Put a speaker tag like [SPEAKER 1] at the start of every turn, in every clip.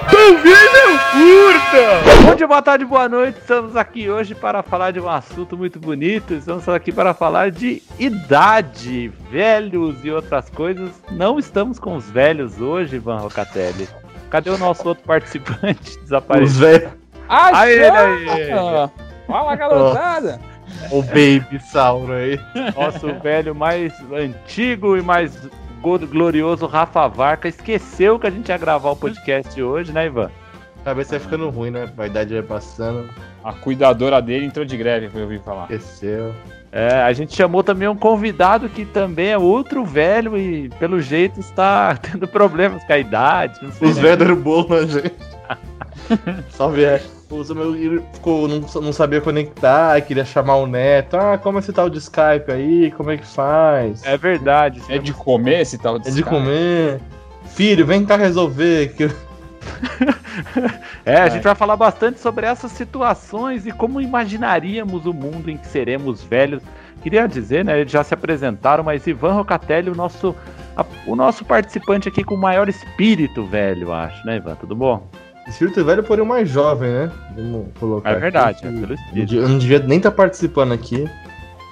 [SPEAKER 1] Vídeo curta! Bom dia, boa tarde, boa noite. Estamos aqui hoje para falar de um assunto muito bonito. Estamos aqui para falar de idade, velhos e outras coisas. Não estamos com os velhos hoje, Van Rocatelli. Cadê o nosso outro participante?
[SPEAKER 2] Os
[SPEAKER 1] Desapareceu.
[SPEAKER 2] velhos.
[SPEAKER 3] Ah,
[SPEAKER 2] Aí,
[SPEAKER 3] já!
[SPEAKER 2] aí, aí, aí.
[SPEAKER 3] Fala, garotada!
[SPEAKER 2] O Baby Sauro aí.
[SPEAKER 1] Nosso velho mais antigo e mais go- glorioso Rafa Varca. Esqueceu que a gente ia gravar o podcast hoje, né, Ivan?
[SPEAKER 2] A cabeça vai ficando ruim, né? A idade vai passando.
[SPEAKER 3] A cuidadora dele entrou de greve, eu ouvi falar.
[SPEAKER 2] Esqueceu.
[SPEAKER 1] É, a gente chamou também um convidado que também é outro velho e, pelo jeito, está tendo problemas com a idade. Não sei,
[SPEAKER 2] Os
[SPEAKER 1] né?
[SPEAKER 2] velhos deram bolo na gente. Só vier. O meu ir- ficou, não, não sabia conectar, queria chamar o neto. Ah, como é esse tal de Skype aí? Como é que faz?
[SPEAKER 1] É verdade.
[SPEAKER 3] É de comer esse tal de
[SPEAKER 2] É de
[SPEAKER 3] cara?
[SPEAKER 2] comer. Filho, vem cá resolver. Que...
[SPEAKER 1] É, a gente vai falar bastante sobre essas situações e como imaginaríamos o mundo em que seremos velhos. Queria dizer, né? Eles já se apresentaram, mas Ivan Rocatelli, o nosso, a- o nosso participante aqui com o maior espírito velho, eu acho, né, Ivan? Tudo bom?
[SPEAKER 2] Espírito velho, porém mais jovem, né? Vamos colocar.
[SPEAKER 1] É
[SPEAKER 2] aqui.
[SPEAKER 1] verdade, é pelo
[SPEAKER 2] Eu não
[SPEAKER 1] espírito.
[SPEAKER 2] devia- eu não devia nem estar participando aqui.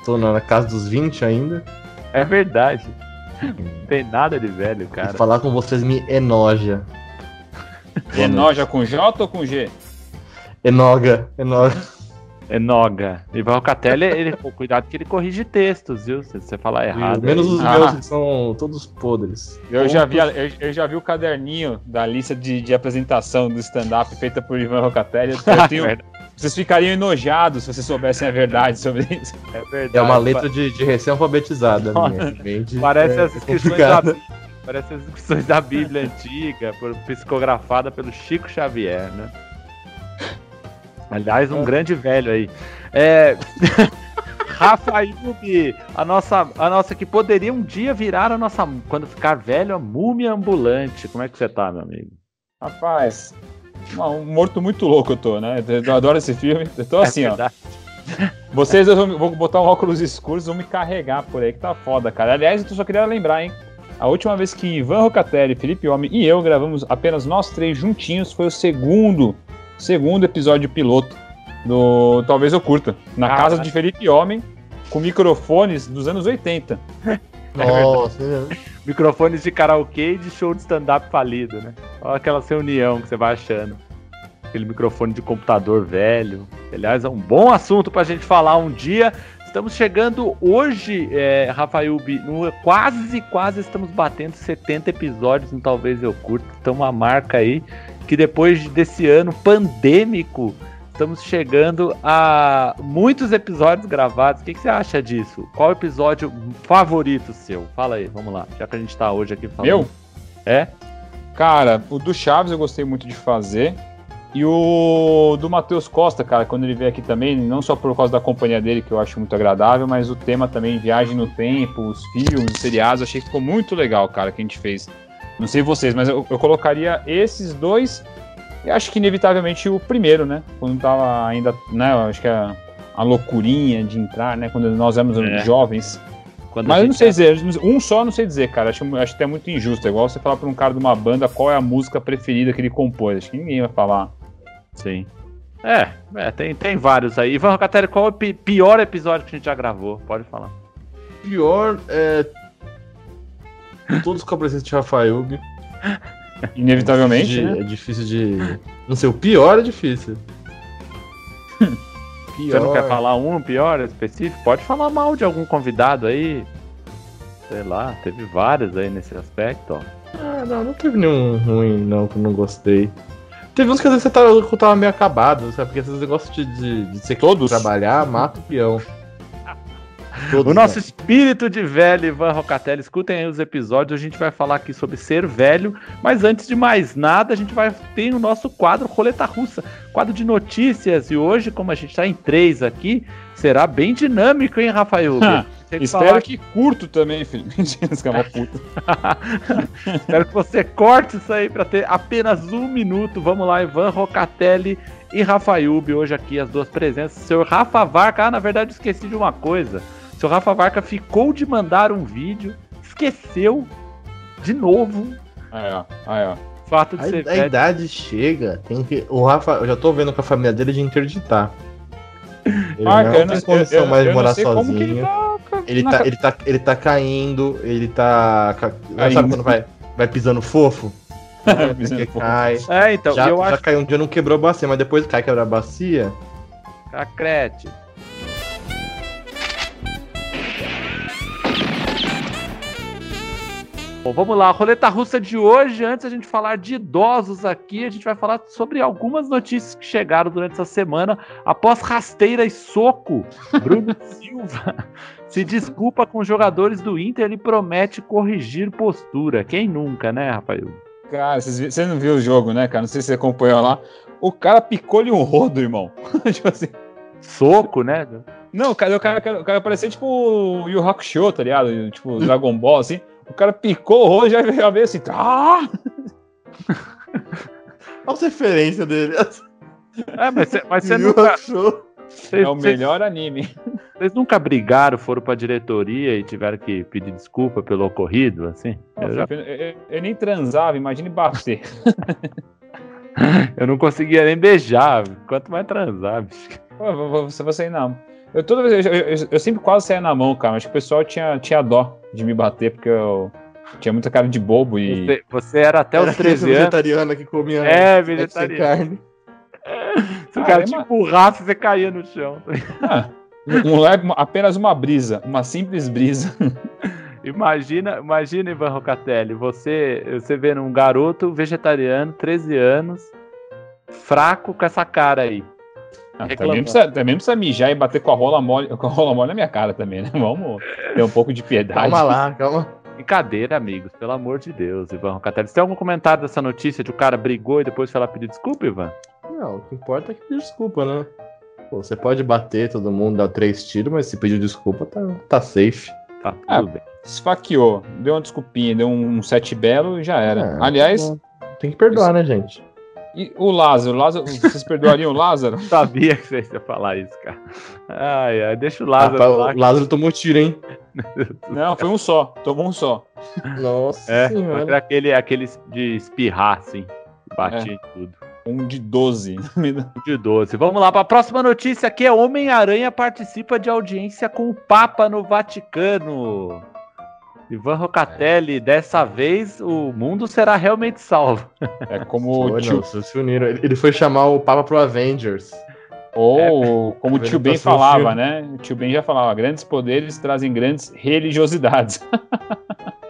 [SPEAKER 2] Tô na casa dos 20 ainda.
[SPEAKER 1] É verdade. Não tem nada de velho,
[SPEAKER 2] E
[SPEAKER 1] cara.
[SPEAKER 2] falar com vocês me enoja.
[SPEAKER 3] É noja com J ou com G?
[SPEAKER 2] Enoga, enoga.
[SPEAKER 1] É Noga. Ivan Rocatelli, ele, pô, cuidado que ele corrige textos, viu? Se você falar errado. é
[SPEAKER 2] Menos
[SPEAKER 1] aí.
[SPEAKER 2] os
[SPEAKER 3] Ah.
[SPEAKER 2] meus que são todos podres.
[SPEAKER 3] Eu já, vi, a- eu, eu já vi o caderninho da lista de, de apresentação do stand-up feita por Ivan Rocatelli. Eu tenho-
[SPEAKER 1] É Verdade.
[SPEAKER 3] vocês ficariam enojados se vocês soubessem a verdade sobre isso.
[SPEAKER 1] É verdade.
[SPEAKER 2] É uma letra de, de recém-alfabetizada.
[SPEAKER 1] Nossa.
[SPEAKER 2] minha. Bem de-
[SPEAKER 1] Parece
[SPEAKER 2] é,
[SPEAKER 1] as inscrições da
[SPEAKER 2] complicado.
[SPEAKER 1] Bíblia. Parece as inscrições da Bíblia antiga, por- psicografada pelo Chico Xavier, né? Aliás, um grande velho aí. É. Rafa Yubi, a nossa, a nossa que poderia um dia virar a nossa, quando ficar velho, a múmia ambulante. Como é que você tá, meu amigo?
[SPEAKER 3] Rapaz, uma- um morto muito louco eu tô, né? Eu, eu adoro esse filme. Eu tô assim,
[SPEAKER 1] é
[SPEAKER 3] ó.
[SPEAKER 1] verdade.
[SPEAKER 3] Vocês, eu vou vou botar um óculos escuros, vão me carregar por aí, que tá foda, cara. Aliás, eu só queria lembrar, hein? A última vez que Ivan Rocatelli, Felipe Homem e eu gravamos apenas nós três juntinhos foi o segundo, segundo episódio piloto do Talvez Eu Curta, na
[SPEAKER 1] Caraca.
[SPEAKER 3] casa de Felipe Homem, com microfones dos anos 80.
[SPEAKER 2] Nossa, é.
[SPEAKER 1] Microfones de karaokê e de show de stand-up falido, né? Olha aquela reunião que você vai achando. Aquele microfone de computador velho. Aliás, é um bom assunto pra gente falar um dia. Estamos chegando hoje, é, Rafael, Bi- no- quase, quase estamos batendo 70 episódios no Talvez Eu Curto. Então, uma marca aí que depois desse ano pandêmico, estamos chegando a muitos episódios gravados. O que, que você acha disso? Qual episódio favorito seu? Fala aí, vamos lá. Já que a gente tá hoje aqui falando.
[SPEAKER 3] Meu?
[SPEAKER 1] É?
[SPEAKER 3] Cara, o do Chaves eu gostei muito de fazer. E o do Matheus Costa, cara, quando ele veio aqui também, não só por causa da companhia dele, que eu acho muito agradável, mas o tema também, viagem no tempo, os filmes, os seriados, achei que ficou muito legal, cara, que a gente fez. Não sei vocês, mas eu, eu colocaria esses dois e acho que inevitavelmente o primeiro, né? Quando tava ainda, né, eu acho que a, a loucurinha de entrar, né, quando nós éramos
[SPEAKER 1] É.
[SPEAKER 3] jovens.
[SPEAKER 1] Quando
[SPEAKER 3] Mas
[SPEAKER 1] a
[SPEAKER 3] eu não
[SPEAKER 1] gente é-
[SPEAKER 3] sei dizer, um só eu não sei dizer, cara. Acho, acho até muito injusto. É igual você falar pra um cara de uma banda qual é a música preferida que ele compôs. Acho que ninguém vai falar.
[SPEAKER 1] Sim. É, é, tem, tem vários aí. Ivan Rocatelli, qual é o pi- pior episódio que a gente já gravou? Pode falar.
[SPEAKER 2] Pior é. Todos com a presença de Rafael. né?
[SPEAKER 3] Inevitavelmente,
[SPEAKER 2] De-
[SPEAKER 3] né?
[SPEAKER 2] É difícil de. Não sei, o pior é difícil.
[SPEAKER 1] Você não quer falar um pior específico? Pode falar mal de algum convidado aí. Sei lá, teve vários aí nesse aspecto, ó.
[SPEAKER 2] Ah, não, não teve nenhum ruim, não, que eu não gostei. Teve uns que às vezes você tava, eu tava meio acabado, sabe? Porque esses negócios de, de, de você
[SPEAKER 3] Todos?
[SPEAKER 2] trabalhar, mata o peão.
[SPEAKER 1] O nosso espírito de velho, Ivan Rocatelli, escutem aí os episódios, a gente vai falar aqui sobre ser velho, mas antes de mais nada, a gente vai ter o nosso quadro Roleta Russa, quadro de notícias, e hoje, como a gente tá em três aqui, será bem dinâmico, hein, Rafael?
[SPEAKER 3] Ah,
[SPEAKER 1] Tem que
[SPEAKER 3] Espero
[SPEAKER 1] falar-
[SPEAKER 3] que curto também, filho. Mentira, esse cara é puto.
[SPEAKER 1] Espero que você corte isso aí para ter apenas um minuto. Vamos lá, Ivan Rocatelli e Rafa Yubi, hoje aqui, as duas presenças. Senhor Rafa Varca, ah, na verdade eu esqueci de uma coisa. Senhor Rafa Varca ficou de mandar um vídeo, esqueceu de novo.
[SPEAKER 3] Aí, ó. Aí, ó.
[SPEAKER 1] fato de
[SPEAKER 2] A,
[SPEAKER 1] ser
[SPEAKER 2] a
[SPEAKER 1] velho.
[SPEAKER 2] idade chega, tem que. O Rafa, eu já tô vendo que a família dele é de interditar. Ele
[SPEAKER 3] Ah, cara,
[SPEAKER 2] não
[SPEAKER 3] eu não-
[SPEAKER 2] tem condição
[SPEAKER 3] eu-
[SPEAKER 2] mais de
[SPEAKER 3] eu não
[SPEAKER 2] morar
[SPEAKER 3] sei como que ele
[SPEAKER 2] sozinho.
[SPEAKER 3] tá ca-
[SPEAKER 2] Ele
[SPEAKER 3] na
[SPEAKER 2] tá,
[SPEAKER 3] ca-
[SPEAKER 2] ele, tá, ele tá caindo, ele tá. ca- Sabe
[SPEAKER 3] Caindo.
[SPEAKER 2] quando vai, vai pisando fofo?
[SPEAKER 3] pisando
[SPEAKER 2] Que
[SPEAKER 3] fofo.
[SPEAKER 2] cai.
[SPEAKER 1] É, então,
[SPEAKER 2] já,
[SPEAKER 1] eu
[SPEAKER 2] já
[SPEAKER 1] acho.
[SPEAKER 2] caiu um dia, não quebrou a bacia, mas depois cai quebra a bacia.
[SPEAKER 1] Cacrete. Bom, vamos lá, a roleta russa de hoje, antes a gente falar de idosos aqui, a gente vai falar sobre algumas notícias que chegaram durante essa semana. Após rasteira e soco, Bruno Silva se desculpa com os jogadores do Inter e promete corrigir postura. Quem nunca, né, Rafael?
[SPEAKER 3] Cara, vocês vi- você não viu o jogo, né, cara? Não sei se você acompanhou lá. O cara picou-lhe um rodo, irmão. tipo assim.
[SPEAKER 1] Soco, né?
[SPEAKER 3] Não, cara, o cara, o cara, o cara parecia tipo o Yu Hakusho, tá ligado? Tipo, Dragon Ball, assim. O cara picou o rodo e já, já veio assim. Ah!
[SPEAKER 2] Olha as referências dele.
[SPEAKER 1] É, mas cê- mas você
[SPEAKER 2] Yu
[SPEAKER 1] nunca.
[SPEAKER 2] Hakusho.
[SPEAKER 1] cê-
[SPEAKER 3] É o
[SPEAKER 1] cê-
[SPEAKER 3] melhor anime.
[SPEAKER 1] Vocês nunca brigaram, foram pra diretoria e tiveram que pedir desculpa pelo ocorrido, assim? Eu, já-
[SPEAKER 3] Eu, eu- eu nem transava, imagine bater.
[SPEAKER 1] eu não conseguia nem beijar, quanto mais transar, bicho.
[SPEAKER 3] Pô, vou- vou- Você vai sair na mão. Eu, toda vez, eu, eu- eu sempre quase saía na mão, cara, mas o pessoal tinha, tinha dó de me bater, porque eu tinha muita cara de bobo e.
[SPEAKER 1] Você, você era até
[SPEAKER 2] Era
[SPEAKER 1] os 13 anos.
[SPEAKER 2] vegetariana que comia
[SPEAKER 1] É,
[SPEAKER 2] pet sem
[SPEAKER 1] vegetariano.
[SPEAKER 2] carne.
[SPEAKER 1] Se o cara
[SPEAKER 3] Ah,
[SPEAKER 1] te
[SPEAKER 3] é uma-
[SPEAKER 1] empurrasse, você caía no chão.
[SPEAKER 3] Ah, um leve, uma- apenas uma brisa, uma simples brisa.
[SPEAKER 1] Imagina, imagina, Ivan Rocatelli, você, você vendo um garoto vegetariano, 13 anos, fraco com essa cara aí.
[SPEAKER 3] Ah, também,
[SPEAKER 1] Reclamar.
[SPEAKER 3] não precisa, também não precisa mijar e bater com a rola mole, com a rola mole na minha cara também, né? Vamos ter um pouco de
[SPEAKER 1] Tá
[SPEAKER 3] piedade.
[SPEAKER 2] Calma lá, calma.
[SPEAKER 1] Brincadeira, amigos, pelo amor de Deus, Ivan Rocatelli. Você tem algum comentário dessa notícia de o cara brigou e depois foi lá pedir desculpa, Ivan?
[SPEAKER 2] Não, o que importa é que pedir desculpa, né? Pô, você pode bater todo mundo, dar três tiros, mas se pedir desculpa, tá, tá safe.
[SPEAKER 1] Tá tudo
[SPEAKER 3] Ah,
[SPEAKER 1] bem.
[SPEAKER 3] Esfaqueou, deu uma desculpinha, deu um, um sete belo e já era.
[SPEAKER 2] É,
[SPEAKER 1] tá
[SPEAKER 3] Aliás,
[SPEAKER 2] Tem que perdoar, né, gente?
[SPEAKER 3] e o Lázaro, Lázaro, vocês perdoariam o Lázaro?
[SPEAKER 1] Sabia que você ia falar isso, cara. Ai, ai, deixa o
[SPEAKER 2] Lázaro,
[SPEAKER 1] Lázaro lá.
[SPEAKER 2] Lázaro tomou tiro, hein?
[SPEAKER 3] Não, foi um só, tomou um só.
[SPEAKER 2] Nossa
[SPEAKER 1] É, mas
[SPEAKER 2] senhora.
[SPEAKER 1] era aquele, aquele de espirrar, assim. que Batia em tudo.
[SPEAKER 3] Um de 12.
[SPEAKER 1] Um De 12. Vamos lá para a próxima notícia que é Homem-Aranha participa de audiência com o Papa no Vaticano. Ivan Rocatelli, dessa vez o mundo será realmente salvo.
[SPEAKER 3] É como o
[SPEAKER 2] Foi,
[SPEAKER 3] tio,
[SPEAKER 2] não, vocês se uniram. Ele ele foi chamar o Papa pro Avengers. é,
[SPEAKER 3] ou como o tio Ben
[SPEAKER 2] Apresentação
[SPEAKER 3] falava, né? O tio Ben já falava, grandes poderes trazem grandes religiosidades.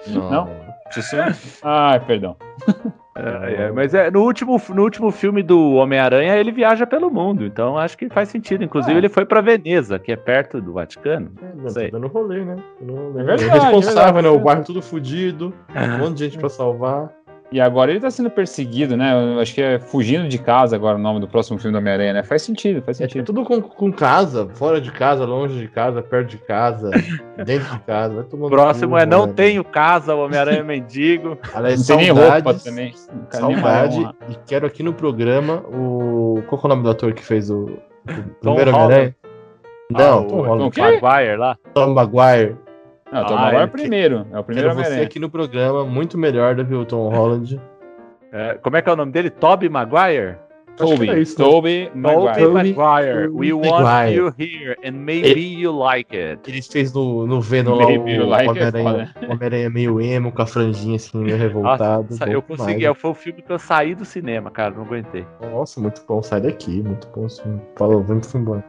[SPEAKER 3] Não? Isso- Ai, perdão.
[SPEAKER 1] Ai, ai, mas é, no, último, no último filme do Homem-Aranha ele viaja pelo mundo, então acho que faz sentido. Inclusive
[SPEAKER 3] É.
[SPEAKER 1] ele foi para Veneza, que é perto do Vaticano.
[SPEAKER 2] É, não,
[SPEAKER 1] Sei.
[SPEAKER 2] tá dando rolê, né? Tá dando rolê.
[SPEAKER 3] É verdade,
[SPEAKER 2] Ele responsável,
[SPEAKER 3] é verdade.
[SPEAKER 2] né? O bairro tudo fudido, um monte de gente
[SPEAKER 1] É.
[SPEAKER 2] pra salvar.
[SPEAKER 3] E agora ele tá sendo perseguido, né? Eu Acho que é Fugindo de Casa agora o nome do próximo filme do Homem-Aranha, né? Faz sentido, faz
[SPEAKER 2] É, é
[SPEAKER 3] sentido.
[SPEAKER 2] tudo com, com casa, fora de casa, longe de casa, perto de casa, dentro de casa. Vai tomando
[SPEAKER 1] O próximo
[SPEAKER 2] cu,
[SPEAKER 1] é não
[SPEAKER 2] mano.
[SPEAKER 1] tenho casa, o Homem-Aranha é mendigo.
[SPEAKER 2] Aliás,
[SPEAKER 3] Não tem nem
[SPEAKER 2] é, saudades,
[SPEAKER 3] roupa também. Não quero nem mais
[SPEAKER 2] Saudade.
[SPEAKER 3] uma.
[SPEAKER 2] E quero aqui no programa o. Qual que é o nome do ator que fez o. o
[SPEAKER 1] Holland.
[SPEAKER 2] primeiro Homem-Aranha? Não,
[SPEAKER 1] Ah,
[SPEAKER 2] Tom
[SPEAKER 1] o-
[SPEAKER 2] Holland.
[SPEAKER 3] Quê?
[SPEAKER 1] Maguire lá.
[SPEAKER 2] Tom Maguire.
[SPEAKER 3] Não,
[SPEAKER 1] Ah,
[SPEAKER 3] toma agora é
[SPEAKER 1] ele
[SPEAKER 3] o primeiro. É o
[SPEAKER 2] Quero
[SPEAKER 3] primeiro
[SPEAKER 2] você
[SPEAKER 3] Homem-Aranha.
[SPEAKER 2] aqui no programa, muito melhor do que o Tom Holland.
[SPEAKER 1] É, como é que é o nome dele? Toby Maguire?
[SPEAKER 2] Acho que era
[SPEAKER 3] Toby.
[SPEAKER 2] isso, né?
[SPEAKER 3] Toby
[SPEAKER 1] Toby
[SPEAKER 3] Maguire.
[SPEAKER 2] Maguire.
[SPEAKER 1] Maguire. We
[SPEAKER 2] Tobey
[SPEAKER 1] want
[SPEAKER 2] Maguire.
[SPEAKER 1] you here and maybe you like it.
[SPEAKER 2] Ele fez no, no Venom lá
[SPEAKER 3] Baby,
[SPEAKER 2] o
[SPEAKER 3] like é
[SPEAKER 2] Homem-Aranha o Homem-Aranha meio emo, com a franjinha assim, meio revoltado.
[SPEAKER 1] Nossa,
[SPEAKER 2] bom
[SPEAKER 1] eu consegui.
[SPEAKER 2] demais.
[SPEAKER 1] Foi o filme que eu saí do cinema, cara. Não aguentei.
[SPEAKER 2] Nossa, muito bom, sai daqui, muito bom sim. Falou, vamos embora.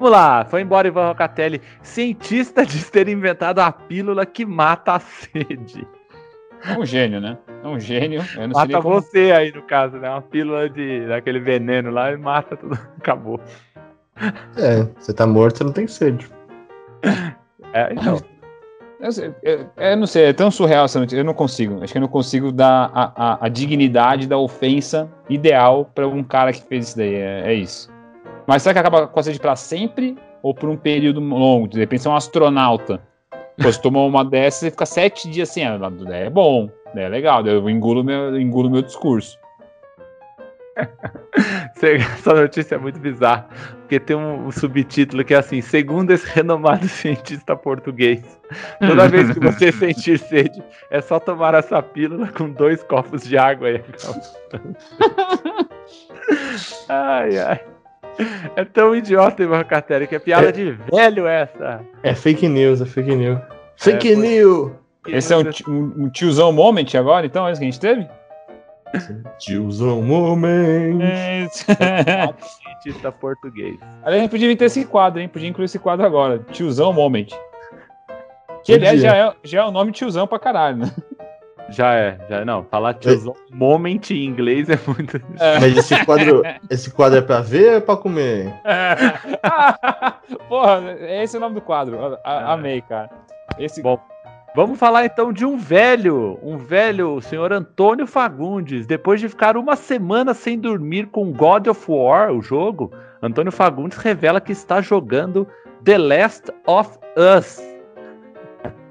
[SPEAKER 1] Vamos lá. Foi embora Ivan Rocatelli. Cientista diz ter inventado a pílula que mata a sede.
[SPEAKER 3] É um gênio, né? É um gênio. Eu não
[SPEAKER 2] Ah,
[SPEAKER 1] Mata
[SPEAKER 2] tá
[SPEAKER 3] sei nem como...
[SPEAKER 1] você aí, no caso, né? Uma pílula de, daquele veneno lá e mata tudo. Acabou.
[SPEAKER 2] É, você tá morto, você não tem sede.
[SPEAKER 1] É, então.
[SPEAKER 3] Eu, sei- eu- eu não sei, é tão surreal essa notícia. Eu não consigo. Acho que eu não consigo dar a, a- a dignidade da ofensa ideal pra um cara que fez isso daí. É, é isso. Mas será que acaba com a sede pra sempre? Ou por um período longo? De repente você é um astronauta. Pô, Você tomou uma dessa e fica sete dias assim. Ah, mas é bom, é legal. Eu engulo meu, eu engulo meu discurso.
[SPEAKER 1] Essa notícia é muito bizarra, porque tem um, um subtítulo que é assim: segundo esse renomado cientista português, toda vez que você sentir sede, é só tomar essa pílula com dois copos de água e acaba. ai, ai. É tão idiota, Ivan Cartério, que é piada
[SPEAKER 2] É.
[SPEAKER 1] de velho essa.
[SPEAKER 2] É fake news, é fake news. Fake
[SPEAKER 1] foi-
[SPEAKER 2] news!
[SPEAKER 3] Esse é um, ti- um- um tiozão moment agora, então? É isso que a gente teve?
[SPEAKER 2] Tiozão Moment.
[SPEAKER 1] cientista português.
[SPEAKER 3] Aliás, a gente podia ter esse quadro, hein? Podia incluir esse quadro agora. Tiozão Moment. Que,
[SPEAKER 2] Podia.
[SPEAKER 3] aliás, já é, já é o nome tiozão pra caralho, né?
[SPEAKER 1] Já é, já é. Não, falar tiozão moment em inglês é muito.
[SPEAKER 2] Mas esse quadro, esse quadro é pra ver ou é pra comer?
[SPEAKER 3] Porra, esse é o nome do quadro. A- a-
[SPEAKER 1] É.
[SPEAKER 3] Amei, cara. Esse...
[SPEAKER 1] Bom. Vamos falar então de um velho, um velho, o senhor Antônio Fagundes. Depois de ficar uma semana sem dormir com God of War, o jogo, Antônio Fagundes revela que está jogando The Last of Us.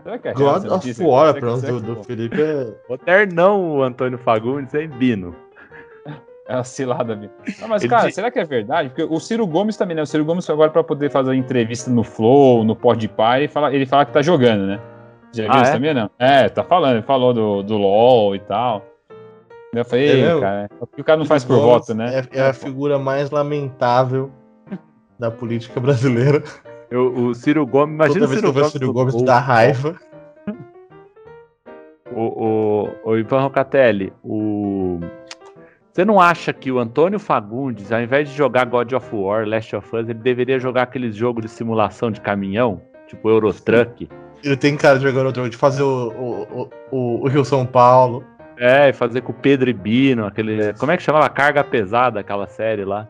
[SPEAKER 3] Será que é real
[SPEAKER 2] God of
[SPEAKER 3] essa notícia?
[SPEAKER 2] War,
[SPEAKER 3] Será que-
[SPEAKER 2] pronto,
[SPEAKER 3] será que-
[SPEAKER 2] do, do Felipe é.
[SPEAKER 1] Modernão o Antônio Fagundes, hein, Bino?
[SPEAKER 3] É uma cilada mesmo. Não, mas,
[SPEAKER 1] Ele
[SPEAKER 3] cara,
[SPEAKER 1] diz-
[SPEAKER 3] será que é verdade? Porque o Ciro Gomes também, né? O Ciro Gomes foi agora pra poder fazer entrevista no Flow, no Pod de Pai, ele fala, ele fala que tá jogando, né? Já viu
[SPEAKER 1] Ah,
[SPEAKER 3] isso
[SPEAKER 1] é?
[SPEAKER 3] também, não? É, tá falando, ele falou do, do LOL e tal. Eu falei,
[SPEAKER 2] É
[SPEAKER 3] "Ei,
[SPEAKER 2] mesmo?
[SPEAKER 3] cara, o que o cara não faz por voto, né?
[SPEAKER 2] É, é a figura mais lamentável da política brasileira.
[SPEAKER 1] Eu- o Ciro Gomes, imagina
[SPEAKER 2] Toda vez que eu vejo o Ciro Gomes, dá raiva.
[SPEAKER 1] O, o, o Ivan Rocatelli, o... você não acha que o Antônio Fagundes, ao invés de jogar God of War, Last of Us, ele deveria jogar aqueles jogos de simulação de caminhão? Tipo Eurotruck?
[SPEAKER 2] Ele tem cara de jogar outro jogo, de fazer o, o, o- o, o Rio São Paulo.
[SPEAKER 1] É, e fazer com o Pedro e Bino, aquele. Como é que chamava? Carga Pesada, aquela série lá.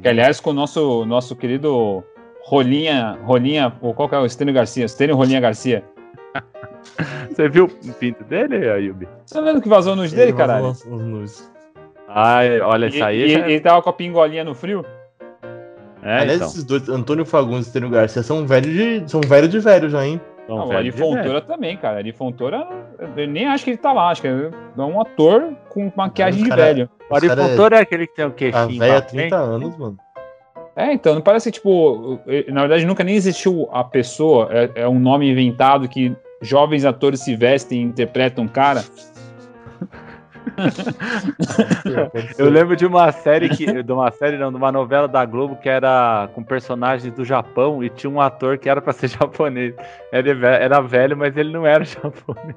[SPEAKER 3] Que, aliás, com o nosso, nosso querido Rolinha, Rolinha, ou qual que é o Estênio Garcia? Estênio Rolinha Garcia.
[SPEAKER 1] Você viu o pinto dele, Ayubi?
[SPEAKER 3] Você tá vendo que vazou nos dele,
[SPEAKER 2] Ele vai
[SPEAKER 3] caralho?
[SPEAKER 2] lançar os nudes.
[SPEAKER 1] Ai, olha,
[SPEAKER 3] E,
[SPEAKER 1] isso aí.
[SPEAKER 3] e-
[SPEAKER 1] já-
[SPEAKER 3] ele tava com a pingolinha no frio?
[SPEAKER 1] É,
[SPEAKER 2] Aliás,
[SPEAKER 1] então.
[SPEAKER 2] esses dois, Antônio Fagundes e Estênio Garcia, são velhos de, são velho de velho já, hein?
[SPEAKER 1] Então,
[SPEAKER 3] Não, o
[SPEAKER 1] velho,
[SPEAKER 3] Ari
[SPEAKER 1] de
[SPEAKER 3] Fontoura também, cara. Ari Fontoura, eu nem acho que ele tá lá. Acho que é um ator com maquiagem
[SPEAKER 2] Não,
[SPEAKER 3] de
[SPEAKER 2] cara.
[SPEAKER 3] velho.
[SPEAKER 1] velho. O Ari
[SPEAKER 2] cara é-
[SPEAKER 1] Fontoura é aquele que tem o
[SPEAKER 2] A
[SPEAKER 1] queixinho.
[SPEAKER 2] velha há
[SPEAKER 1] pra frente. né?
[SPEAKER 2] 30 anos, mano.
[SPEAKER 3] É, então, não parece que, tipo, eh, na verdade nunca nem existiu a pessoa. É, é um nome inventado que jovens atores se vestem e interpretam um cara.
[SPEAKER 1] Eu lembro de uma série que. De uma série, não, de uma novela da Globo que era com personagens do Japão e tinha um ator que era pra ser japonês. Ele é ve- era velho, mas ele não era japonês.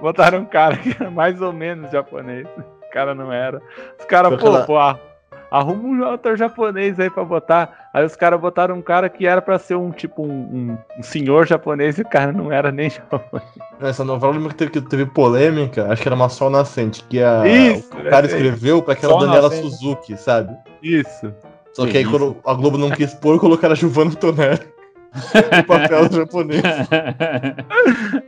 [SPEAKER 1] Botaram um cara que era mais ou menos japonês. O cara não era. Os caras,
[SPEAKER 2] Foi
[SPEAKER 1] pô,
[SPEAKER 2] aquela-
[SPEAKER 1] pô, ah, arruma um ator japonês aí pra botar. Aí os caras botaram um cara que era pra ser um tipo um, um- um senhor japonês e o cara não era
[SPEAKER 2] Ah,
[SPEAKER 1] nem japonês.
[SPEAKER 2] Essa novela eu lembro que teve, que teve polêmica, acho que era uma Sol Nascente, que a,
[SPEAKER 1] Isso,
[SPEAKER 2] o cara
[SPEAKER 1] é,
[SPEAKER 2] escreveu pra aquela
[SPEAKER 3] Sol
[SPEAKER 2] Daniela
[SPEAKER 3] Nascente.
[SPEAKER 2] Suzuki, sabe?
[SPEAKER 1] Isso.
[SPEAKER 2] Só que,
[SPEAKER 3] Que
[SPEAKER 2] aí
[SPEAKER 3] isso.
[SPEAKER 2] quando a Globo não quis pôr, colocaram a Giovanna Tonelli no papel do japonês.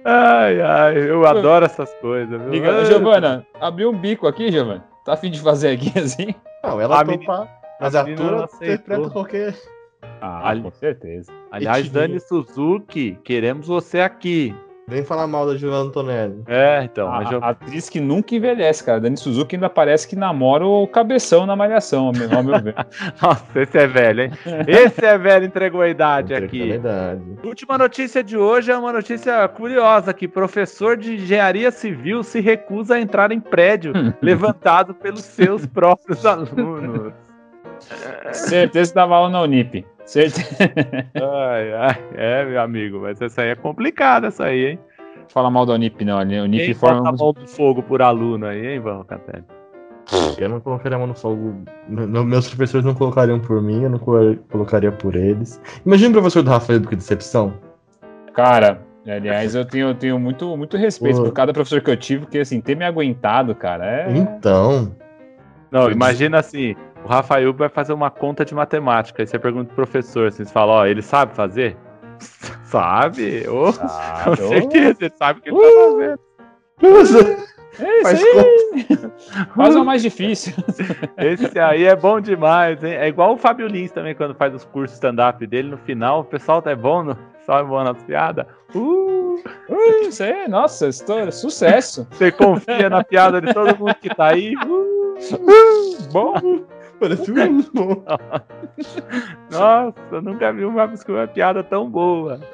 [SPEAKER 1] Ai, ai, eu adoro essas coisas, viu?
[SPEAKER 3] Liga,
[SPEAKER 1] Ai,
[SPEAKER 3] Giovana, abriu um bico aqui, Giovana. Tá afim de fazer aqui assim?
[SPEAKER 2] Não, ela
[SPEAKER 1] A
[SPEAKER 2] topa, mas a
[SPEAKER 1] a menina não
[SPEAKER 2] atora
[SPEAKER 1] aceitou.
[SPEAKER 2] interpreta qualquer...
[SPEAKER 3] Ah,
[SPEAKER 1] Ali-
[SPEAKER 3] com certeza.
[SPEAKER 1] Aliás,
[SPEAKER 2] Etininho.
[SPEAKER 1] Dani Suzuki, queremos você aqui.
[SPEAKER 2] Vem falar mal da Giovanna Antonelli.
[SPEAKER 1] É, então.
[SPEAKER 3] a,
[SPEAKER 1] mas eu-
[SPEAKER 3] a atriz que nunca envelhece, cara. Dani Suzuki ainda parece que namora o cabeção na malhação, ao meu- ao meu ver.
[SPEAKER 1] Nossa, esse é velho, hein? Esse é velho, entregou a idade aqui.
[SPEAKER 2] é Verdade.
[SPEAKER 1] Última notícia de hoje é uma notícia curiosa: que professor de engenharia civil se recusa a entrar em prédio levantado pelos seus próprios alunos.
[SPEAKER 3] Certeza que dava aula na Unip. Certeza.
[SPEAKER 1] Ai, ai, é, meu amigo, mas essa aí é complicada, essa aí, hein?
[SPEAKER 3] Fala mal da Unip, não. A Unip
[SPEAKER 1] Quem
[SPEAKER 3] forma. um
[SPEAKER 1] bota a mão do fogo por aluno aí, hein, Van Rocatelli?
[SPEAKER 2] Eu não colocaria a mão no fogo. Me- me- Meus professores não colocariam por mim, eu não co- colocaria por eles. Imagina o professor do Rafael, que decepção.
[SPEAKER 3] Cara, aliás, eu tenho, eu tenho muito, muito respeito
[SPEAKER 2] Pô.
[SPEAKER 3] por cada professor que eu tive, porque assim, ter me aguentado, cara, é.
[SPEAKER 2] Então,
[SPEAKER 1] Não, imagina assim, o Rafael vai fazer uma conta de matemática, aí você pergunta pro professor, assim, você fala, ó, ele sabe fazer? sabe? Ô,
[SPEAKER 3] Ah,
[SPEAKER 1] com
[SPEAKER 3] eu-
[SPEAKER 1] certeza, ele sabe o que ele tá
[SPEAKER 3] Uh,
[SPEAKER 1] fazendo.
[SPEAKER 3] É isso
[SPEAKER 2] faz
[SPEAKER 3] aí,
[SPEAKER 2] conta.
[SPEAKER 3] faz uma mais difícil.
[SPEAKER 1] Esse aí é bom demais, hein? É igual o Fábio Lins também, quando faz os cursos stand-up dele, no final, o pessoal tá bom, no... Sabe, mano, as piadas? Uh,
[SPEAKER 3] Ui, isso aí, nossa, história, sucesso.
[SPEAKER 1] você confia na piada de todo mundo que tá aí? Uh,
[SPEAKER 3] Bom,
[SPEAKER 2] Parece um.
[SPEAKER 1] nossa, eu nunca vi uma, uma piada tão boa.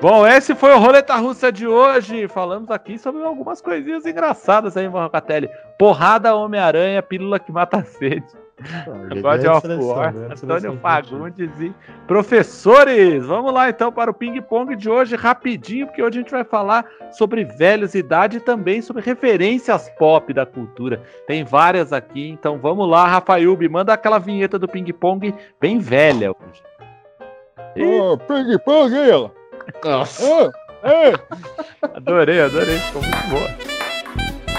[SPEAKER 1] Bom, esse foi o Roleta Russa de hoje. Falamos aqui sobre algumas coisinhas engraçadas aí, Marrocatelli. Porrada Homem-Aranha, pílula que mata a sede. God
[SPEAKER 2] é
[SPEAKER 1] of War,
[SPEAKER 3] né? um
[SPEAKER 1] Antônio Fagundes e professores. Vamos lá então para o ping-pong de hoje, rapidinho, porque hoje a gente vai falar sobre velhos, idade e também sobre referências pop da cultura. Tem várias aqui, então vamos lá, Rafaiube, manda aquela vinheta do ping-pong bem velha hoje. Ih,
[SPEAKER 3] Ô, ping pong, aí, ó.
[SPEAKER 2] Nossa.
[SPEAKER 3] Ô, é.
[SPEAKER 1] adorei, adorei, ficou muito boa.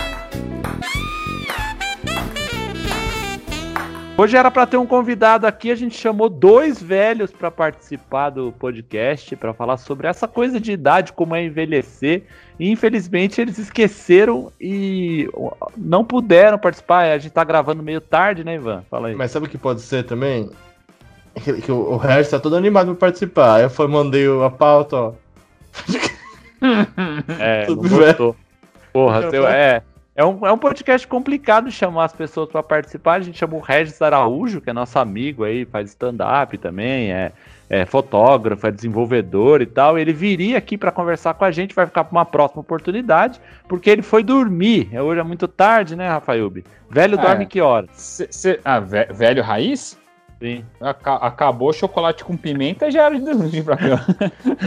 [SPEAKER 1] Hoje era para ter um convidado aqui, a gente chamou dois velhos para participar do podcast, para falar sobre essa coisa de idade, como é envelhecer. E infelizmente eles esqueceram e não puderam participar. A gente tá gravando meio tarde, né, Ivan? Fala aí.
[SPEAKER 2] Mas sabe o que pode ser também? Que, que o, o Harris tá todo animado pra participar. Aí eu foi, mandei a pauta, ó.
[SPEAKER 1] É, não
[SPEAKER 2] Tudo bem.
[SPEAKER 1] gostou. Porra, seu, é. É um, é um podcast complicado chamar as pessoas para participar. A gente chamou o Regis Araújo, que é nosso amigo aí, faz stand-up também, é, é fotógrafo, é desenvolvedor e tal. Ele viria aqui para conversar com a gente, vai ficar para uma próxima oportunidade, porque ele foi dormir. É, Hoje é muito tarde, né, Rafaelbe? Velho
[SPEAKER 3] Ah,
[SPEAKER 1] dorme
[SPEAKER 3] é.
[SPEAKER 1] que horas?
[SPEAKER 3] Cê- cê- ah, ve- velho raiz?
[SPEAKER 1] Sim.
[SPEAKER 3] Aca- acabou o chocolate com pimenta, já era de dormir pra cá.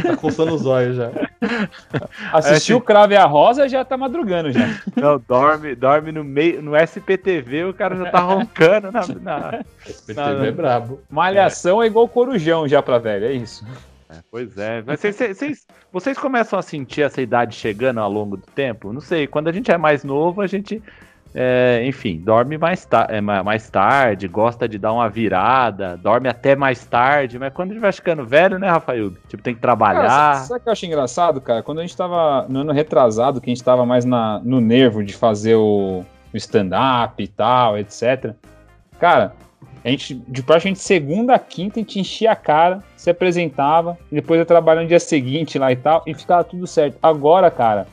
[SPEAKER 2] Tá coçando os olhos já.
[SPEAKER 1] É,
[SPEAKER 3] Assistiu o Crave a Rosa, já tá madrugando já.
[SPEAKER 1] Não, dorme, dorme no meio, no SPTV, o cara já tá roncando na- na,
[SPEAKER 2] Esse
[SPEAKER 1] Não, não.
[SPEAKER 2] é brabo.
[SPEAKER 3] Malhação é, igual corujão já pra velho, é isso.
[SPEAKER 1] Pois é, mas vocês, vocês- vocês- vocês começam a sentir essa idade chegando ao longo do tempo? Não sei, quando a gente é mais novo, a gente, é, enfim, dorme mais, ta é, ma- mais tarde, gosta de dar uma virada, dorme até mais tarde, mas quando a gente vai ficando velho, né, Rafael? Tipo, tem que
[SPEAKER 3] Cara,
[SPEAKER 1] trabalhar.
[SPEAKER 3] sabe o que eu acho engraçado, cara? Quando a gente tava no ano retrasado, que a gente tava mais na, no nervo de fazer o, o stand-up e tal, etc. Cara, a gente, de praticamente segunda a quinta, a gente enchia a cara, se apresentava, e depois eu trabalhava no dia seguinte lá e tal, e ficava tudo certo. Agora, cara,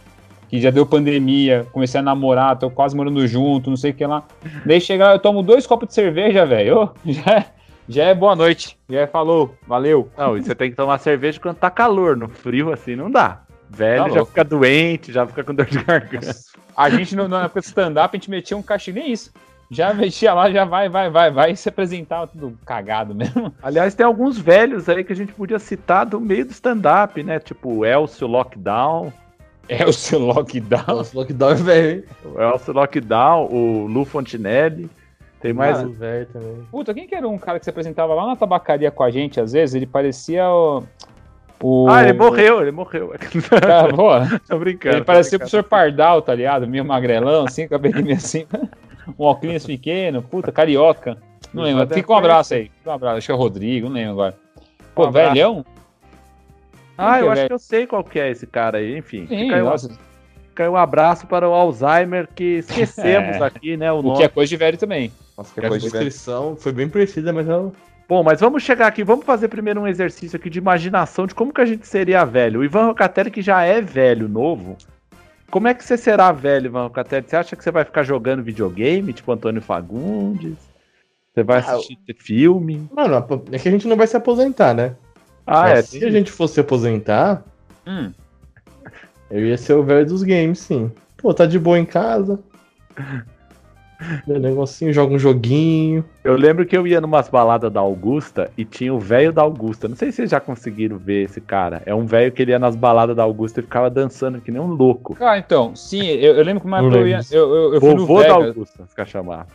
[SPEAKER 3] que já deu pandemia, comecei a namorar, tô quase morando junto, não sei o que lá. Daí chega lá, eu tomo dois copos de cerveja, velho. Ô, Já, é- já é boa noite. Já é falou, valeu.
[SPEAKER 1] Não, e você tem que tomar cerveja quando tá calor, no frio assim não dá. Velho
[SPEAKER 3] Tá
[SPEAKER 1] já
[SPEAKER 3] louco.
[SPEAKER 1] fica doente, já fica com dor de garganta.
[SPEAKER 3] A gente, no- na época do stand-up, a gente metia um cachê, nem isso. Já mexia lá, já vai, vai, vai, vai, e se apresentava tudo cagado mesmo.
[SPEAKER 1] Aliás, tem alguns velhos aí que a gente podia citar do meio do stand-up, né? Tipo o Elcio Lockdown.
[SPEAKER 3] É o seu lockdown.
[SPEAKER 2] Nossa, lockdown é velho, hein?
[SPEAKER 1] O Elcio Lockdown, o Lu Fontinelli. Tem mais.
[SPEAKER 2] Mas velho também.
[SPEAKER 3] Puta, quem que era um cara que se apresentava lá na tabacaria com a gente, às vezes? Ele parecia o... o-
[SPEAKER 1] Ah, ele morreu, ele morreu.
[SPEAKER 3] Cara, pô,
[SPEAKER 1] tô brincando.
[SPEAKER 3] ele parecia o professor Pardal, tá ligado? Meio magrelão, assim, cabelinho assim. Um óculos pequeno, puta, carioca. Não lembro.
[SPEAKER 1] Mas é
[SPEAKER 3] Fica um
[SPEAKER 1] deve
[SPEAKER 3] abraço aí. Fica um abraço. Acho que é o Rodrigo, não lembro agora. Pô,
[SPEAKER 1] Um abraço.
[SPEAKER 3] velhão?
[SPEAKER 1] Ah, eu
[SPEAKER 3] Quem
[SPEAKER 1] acho
[SPEAKER 3] é
[SPEAKER 1] que eu sei qual que é esse cara aí. Enfim,
[SPEAKER 3] Sim,
[SPEAKER 1] fica, aí um,
[SPEAKER 3] nossa,
[SPEAKER 1] fica aí um abraço para o Alzheimer, que esquecemos
[SPEAKER 3] É.
[SPEAKER 1] aqui, né? O,
[SPEAKER 3] o
[SPEAKER 1] nome.
[SPEAKER 3] que é coisa de velho também.
[SPEAKER 2] Nossa,
[SPEAKER 3] que
[SPEAKER 2] cara, a
[SPEAKER 3] coisa de velho.
[SPEAKER 2] descrição foi bem precisa, mas ela.
[SPEAKER 1] Bom, mas vamos chegar aqui, vamos fazer primeiro um exercício aqui de imaginação de como que a gente seria velho. O Ivan Rocatelli, que já é velho, novo. Como é que você será velho, Ivan Rocatelli? Você acha que você vai ficar jogando videogame, tipo Antônio Fagundes? Você vai
[SPEAKER 2] Ah, eu-
[SPEAKER 1] assistir filme?
[SPEAKER 2] Mano, é que a gente não vai se aposentar, né?
[SPEAKER 1] Ah,
[SPEAKER 2] Mas
[SPEAKER 1] é.
[SPEAKER 2] Se a gente fosse se aposentar,
[SPEAKER 3] Hum.
[SPEAKER 2] eu ia ser o velho dos games, sim. Pô, tá de boa em casa. Meu negocinho, joga um joguinho.
[SPEAKER 1] Eu lembro que eu ia numas baladas da Augusta e tinha o velho da Augusta. Não sei se vocês já conseguiram ver esse cara. É um velho que ele ia nas baladas da Augusta e ficava dançando que nem um louco.
[SPEAKER 3] Ah, então, sim, eu, eu lembro que uma
[SPEAKER 2] Não
[SPEAKER 3] época eu, ia,
[SPEAKER 2] lembro.
[SPEAKER 3] eu, eu, eu fui no
[SPEAKER 1] Vovô da
[SPEAKER 3] Vegas,
[SPEAKER 1] Augusta, se quer chamar.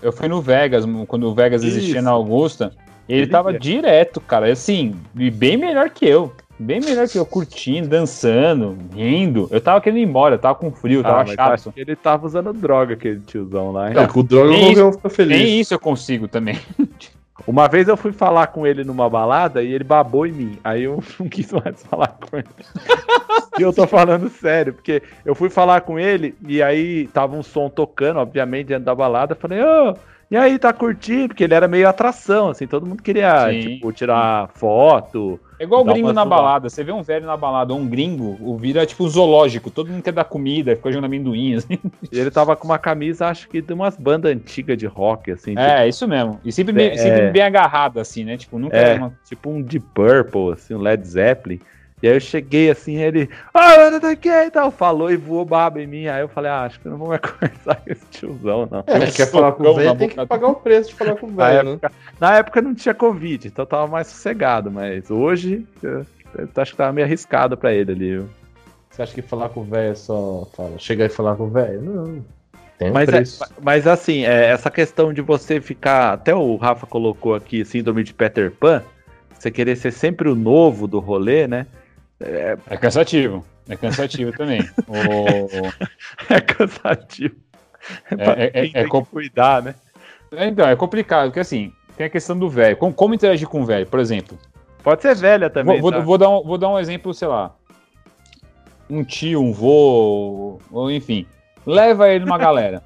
[SPEAKER 3] eu fui no Vegas, quando o Vegas existia
[SPEAKER 1] Isso.
[SPEAKER 3] na Augusta, ele
[SPEAKER 1] Ele
[SPEAKER 3] tava
[SPEAKER 1] ia.
[SPEAKER 3] direto, cara, assim, e bem melhor que eu, bem melhor que eu, curtindo, dançando, rindo, eu tava querendo ir embora, eu tava com frio, eu
[SPEAKER 1] Ah,
[SPEAKER 3] tava
[SPEAKER 1] mas
[SPEAKER 3] chato.
[SPEAKER 1] acho que ele tava usando droga, aquele tiozão lá. hein?
[SPEAKER 2] É, com o droga
[SPEAKER 3] nem
[SPEAKER 2] eu vou ficar feliz.
[SPEAKER 3] Nem isso eu consigo também.
[SPEAKER 1] Uma vez eu fui falar com ele numa balada e ele babou em mim. Aí eu não quis mais falar com ele. e eu tô falando sério, porque eu fui falar com ele e aí tava um som tocando, obviamente, dentro da balada. Eu Falei, ô, E aí tá curtindo, porque ele era meio atração, assim, todo mundo queria,
[SPEAKER 3] Sim.
[SPEAKER 1] tipo, tirar foto.
[SPEAKER 3] É igual o
[SPEAKER 1] Dá
[SPEAKER 3] gringo
[SPEAKER 1] uma
[SPEAKER 3] na
[SPEAKER 1] zoada.
[SPEAKER 3] balada. Você vê um velho na balada ou um gringo, o vira tipo zoológico. Todo mundo quer dar comida, fica jogando amendoim. Assim.
[SPEAKER 1] E ele tava com uma camisa, acho que de umas bandas antigas de rock, assim,
[SPEAKER 3] É, isso mesmo. E sempre,
[SPEAKER 1] É.
[SPEAKER 3] bem, sempre bem agarrado, assim, né? Tipo, nunca
[SPEAKER 1] É.
[SPEAKER 3] é. uma.
[SPEAKER 1] tipo, tipo um Deep Purple, assim, um Led Zeppelin. E aí eu cheguei assim, ele, ah, eu tô aqui e tal, falou e voou baba em mim. Aí eu falei, ah, acho que eu não vou mais conversar com esse tiozão, não.
[SPEAKER 2] É,
[SPEAKER 3] um
[SPEAKER 2] quer falar com o
[SPEAKER 3] socão na
[SPEAKER 2] velho, tem que
[SPEAKER 3] boca
[SPEAKER 2] pagar o preço de falar com o velho, né?
[SPEAKER 1] Na época não tinha Covid, então tava mais sossegado, mas hoje eu, eu acho que tava meio arriscado pra ele ali. viu?
[SPEAKER 2] Você acha que falar com o velho é só fala, chegar e falar com o velho? Não. Tem um
[SPEAKER 1] Mas, é-
[SPEAKER 2] preço.
[SPEAKER 1] mas assim, é, essa questão de você ficar, até o Rafa colocou aqui, síndrome de Peter Pan, você querer ser sempre o novo do rolê, né?
[SPEAKER 3] É cansativo. É cansativo também. O-
[SPEAKER 1] É cansativo.
[SPEAKER 3] É, é, é,
[SPEAKER 1] Tem
[SPEAKER 3] é
[SPEAKER 1] que cuidar, né?
[SPEAKER 3] É, Então, é complicado, porque assim, tem a questão do velho. Como, como interagir com o velho, por exemplo?
[SPEAKER 1] Pode ser velha também.
[SPEAKER 3] vou,
[SPEAKER 1] tá?
[SPEAKER 3] vou, vou dar um, vou dar um exemplo, sei lá. Um tio, um vô, ou enfim. Leva ele numa galera.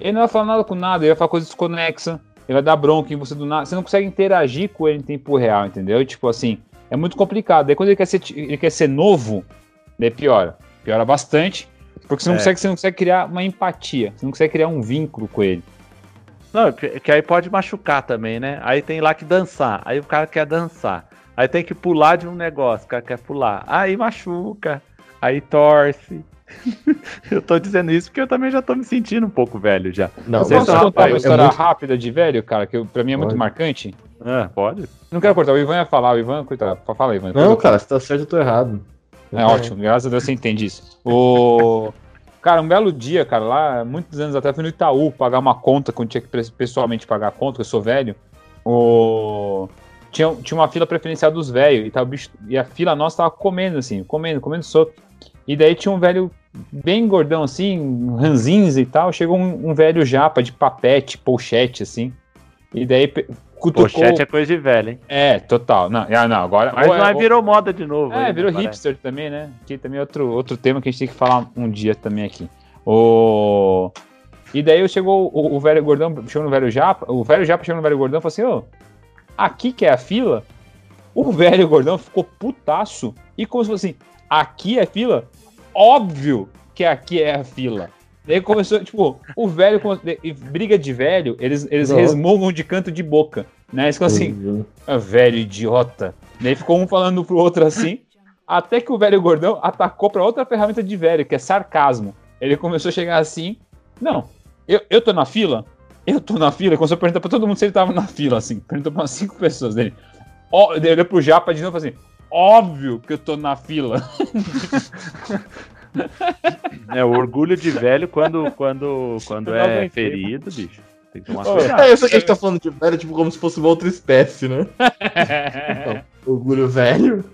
[SPEAKER 3] Ele não vai falar nada com nada, ele vai falar coisa desconexa, ele vai dar bronca em você do nada. Você não consegue interagir com ele em tempo real, entendeu? E, tipo assim, é muito complicado. Daí quando ele quer ser, ti- ele quer ser novo, daí piora. Piora bastante, porque você não,
[SPEAKER 1] É.
[SPEAKER 3] consegue, você não consegue criar uma empatia, você não consegue criar um vínculo com ele.
[SPEAKER 1] Não, que, que aí pode machucar também, né? Aí tem lá que dançar, aí o cara quer dançar. Aí tem que pular de um negócio, o cara quer pular. Aí machuca, aí torce. eu tô dizendo isso porque eu também já tô me sentindo um pouco velho já.
[SPEAKER 2] Não,
[SPEAKER 1] Você
[SPEAKER 3] Posso
[SPEAKER 1] tá-
[SPEAKER 3] contar
[SPEAKER 1] é-
[SPEAKER 3] uma
[SPEAKER 1] é
[SPEAKER 3] história
[SPEAKER 2] muito-
[SPEAKER 3] rápida de velho, cara, que eu- pra mim é muito
[SPEAKER 2] Pode.
[SPEAKER 3] marcante?
[SPEAKER 1] Ah, pode?
[SPEAKER 3] Não quero cortar, o Ivan ia falar, o Ivan, coitado, fa- fala aí, Ivan. depois
[SPEAKER 2] Não,
[SPEAKER 3] eu-
[SPEAKER 2] cara, se tá certo, eu tô errado.
[SPEAKER 3] É ótimo, graças a Deus você entende isso. O... Cara, um belo dia, cara, lá, muitos anos atrás, fui no Itaú pagar uma conta, quando tinha que pres- pessoalmente pagar a conta, que eu sou velho. O... Tinha, tinha uma fila preferencial dos velhos, e, tava o bicho- e a fila nossa tava comendo, assim, comendo, comendo sopa. E daí tinha um velho bem gordão, assim, ranzinza e tal. Chegou um, um velho japa de papete, pochete, assim. E daí pe- cutucou...
[SPEAKER 1] Pochete é coisa de velho, hein?
[SPEAKER 3] É, total. Não, ah, não agora...
[SPEAKER 1] Mas
[SPEAKER 3] ou é-
[SPEAKER 1] não é,
[SPEAKER 3] ou-
[SPEAKER 1] virou moda de novo.
[SPEAKER 3] é,
[SPEAKER 1] aí,
[SPEAKER 3] virou
[SPEAKER 1] né, parece.
[SPEAKER 3] hipster também, né? Que também é outro, outro tema que a gente tem que falar um dia também aqui. O... E daí eu chegou o, o velho gordão, chegou no velho japa, o velho japa chegou no velho gordão e falou assim, ô, aqui que é a fila? O velho gordão ficou putaço e como se fosse assim, aqui é fila? Óbvio que aqui é a fila. Daí começou, tipo, o velho, com- e briga de velho, eles, eles
[SPEAKER 2] Não.
[SPEAKER 3] resmungam de canto de boca, né? Eles
[SPEAKER 2] Uhum.
[SPEAKER 3] ficam assim, ah, velho idiota. Daí ficou um falando pro outro assim, até que o velho gordão atacou pra outra ferramenta de velho, que é sarcasmo. Ele começou a chegar assim, não, eu, eu tô na fila? Eu tô na fila? Começou a perguntar pra todo mundo se ele tava na fila, assim. Perguntou pra umas cinco pessoas dele. Ó, daí ele olhou pro Japa de novo e falou assim, óbvio que eu tô na fila.
[SPEAKER 1] É, o orgulho de velho quando, quando, quando
[SPEAKER 3] Eu não
[SPEAKER 1] é
[SPEAKER 3] aguentei,
[SPEAKER 1] ferido, bicho. Tem que tomar
[SPEAKER 3] Ô,
[SPEAKER 1] cuidado.
[SPEAKER 2] É isso que a gente tá falando de velho, tipo, como se fosse uma outra espécie, né? Orgulho velho.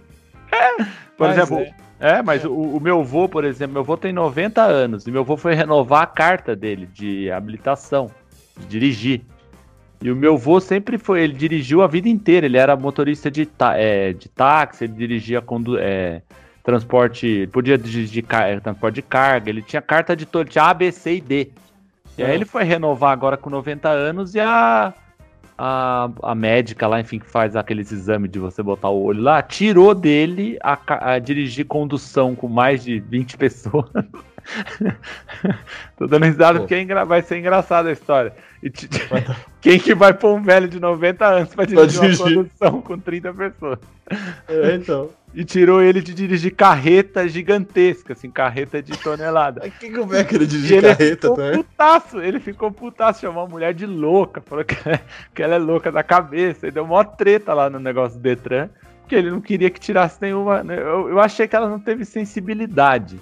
[SPEAKER 1] Então, Por
[SPEAKER 3] Mas
[SPEAKER 1] exemplo, é, mas o, o meu avô, por exemplo, meu avô tem 90 anos e meu avô foi renovar a carta dele de habilitação, de dirigir. E o meu avô sempre foi, ele dirigiu a vida inteira, ele era motorista de, tá- é, de táxi, ele dirigia condu- é, transporte, ele podia dirigir ca- é, transporte de carga, ele tinha carta de todo, tinha A, B, C e D. E aí
[SPEAKER 2] Ah.
[SPEAKER 1] ele foi renovar agora com 90 anos e a, a, a médica lá, enfim, que faz aqueles exames de você botar o olho lá, tirou dele a, ca- a dirigir condução com mais de 20 pessoas. Tô dando risada
[SPEAKER 3] Pô.
[SPEAKER 1] porque é engra- vai ser engraçada a história. E ti- quem que vai pôr um velho de 90 anos pra dirigir,
[SPEAKER 2] dirigir.
[SPEAKER 1] uma condução com 30 pessoas?
[SPEAKER 2] É, então.
[SPEAKER 1] E tirou ele de dirigir carreta gigantesca, assim, carreta de tonelada.
[SPEAKER 2] Mas quem que o velho queria
[SPEAKER 1] E
[SPEAKER 2] dirigir
[SPEAKER 1] ele é
[SPEAKER 2] carreta tá?
[SPEAKER 1] ficou
[SPEAKER 2] também?
[SPEAKER 1] putaço, ele ficou putaço, chamou a mulher de louca, falou que, que ela é louca da cabeça, e deu mó treta lá no negócio do Detran, porque ele não queria que tirasse nenhuma. né, Eu, eu achei que ela não teve sensibilidade.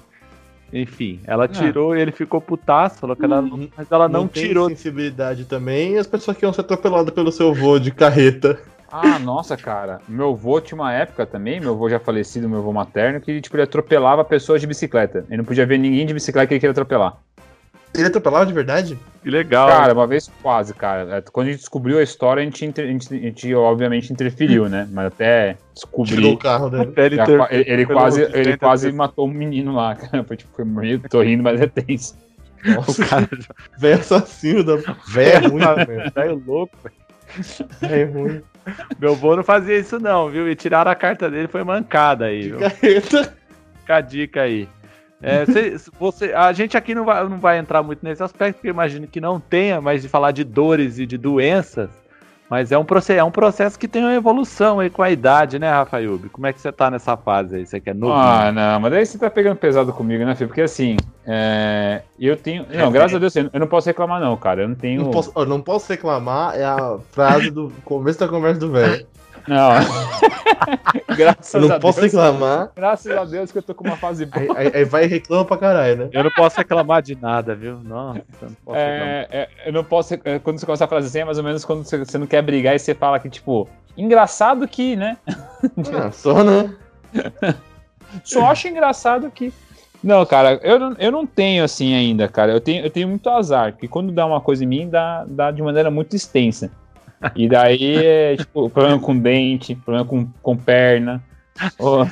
[SPEAKER 1] Enfim, ela tirou e ele ficou putaço, falou que ela não, mas ela não,
[SPEAKER 2] tem
[SPEAKER 1] tirou.
[SPEAKER 2] sensibilidade também e as pessoas que iam ser atropeladas pelo seu vô de carreta.
[SPEAKER 3] Ah, nossa, cara. Meu avô tinha uma época também, meu avô já falecido, meu avô materno, que tipo, ele atropelava pessoas de bicicleta. Ele não podia ver ninguém de bicicleta que ele queria atropelar.
[SPEAKER 2] Ele atropelava de verdade?
[SPEAKER 1] Que legal.
[SPEAKER 3] Cara, uma vez quase, cara. É, Quando a gente descobriu a história, a gente, inter- a gente- a gente, obviamente interferiu, né? Mas até
[SPEAKER 2] Tirou o
[SPEAKER 3] descobrir.
[SPEAKER 2] carro dele.
[SPEAKER 1] né? Até ele
[SPEAKER 3] já
[SPEAKER 1] ter-
[SPEAKER 3] qua- Ele, ele
[SPEAKER 1] pelo
[SPEAKER 3] quase,
[SPEAKER 1] menos
[SPEAKER 3] ele
[SPEAKER 1] 30
[SPEAKER 3] quase
[SPEAKER 1] vezes.
[SPEAKER 3] matou um menino lá, cara. Foi tipo, foi meio, tô rindo, mas é tenso.
[SPEAKER 2] Nossa,
[SPEAKER 1] O cara
[SPEAKER 2] velho assassino da. Velho ruim, velho.
[SPEAKER 1] já é louco. É
[SPEAKER 2] Velho ruim.
[SPEAKER 1] Meu avô não fazia isso, não, viu? E tiraram a carta dele, foi mancada aí, viu?
[SPEAKER 2] Carreta.
[SPEAKER 1] Fica a dica aí. É, cê- você, a gente aqui não vai, não vai entrar muito nesse aspecto, porque eu imagino que não tenha, mas de falar de dores e de doenças, mas é um, proce- é um processo que tem uma evolução aí com a idade, né, Rafa Yubi? Como é que você tá nessa fase aí? Você quer novo?
[SPEAKER 3] Ah, não, mas daí você tá pegando pesado comigo, né, filho? Porque assim, é, eu tenho. Não, graças a Deus, assim, eu não posso reclamar, não, cara. Eu não tenho.
[SPEAKER 2] é.
[SPEAKER 1] um-
[SPEAKER 2] Não posso, ó, não posso reclamar, é a frase do começo da conversa do velho.
[SPEAKER 3] Não. graças
[SPEAKER 2] Eu
[SPEAKER 3] a
[SPEAKER 2] não posso
[SPEAKER 3] Deus.
[SPEAKER 2] reclamar,
[SPEAKER 3] Graças a Deus que eu tô com uma fase boa.
[SPEAKER 2] aí, aí- aí vai e reclama pra caralho, né?
[SPEAKER 1] Eu não posso reclamar de nada, viu? Nossa, eu não posso reclamar.
[SPEAKER 3] É, é, eu não posso. é, Quando você começa a frase assim, é mais ou menos quando você, você não quer brigar e você fala que, tipo, engraçado que, né?
[SPEAKER 1] Uhum.
[SPEAKER 2] Ah, só né?
[SPEAKER 3] Só acho engraçado que. Não, cara, eu não, eu não tenho assim ainda, cara. Eu tenho, eu tenho muito azar, porque quando dá uma coisa em mim, dá, dá de maneira muito extensa. E daí é, tipo, problema com dente, problema com, com perna. Ô,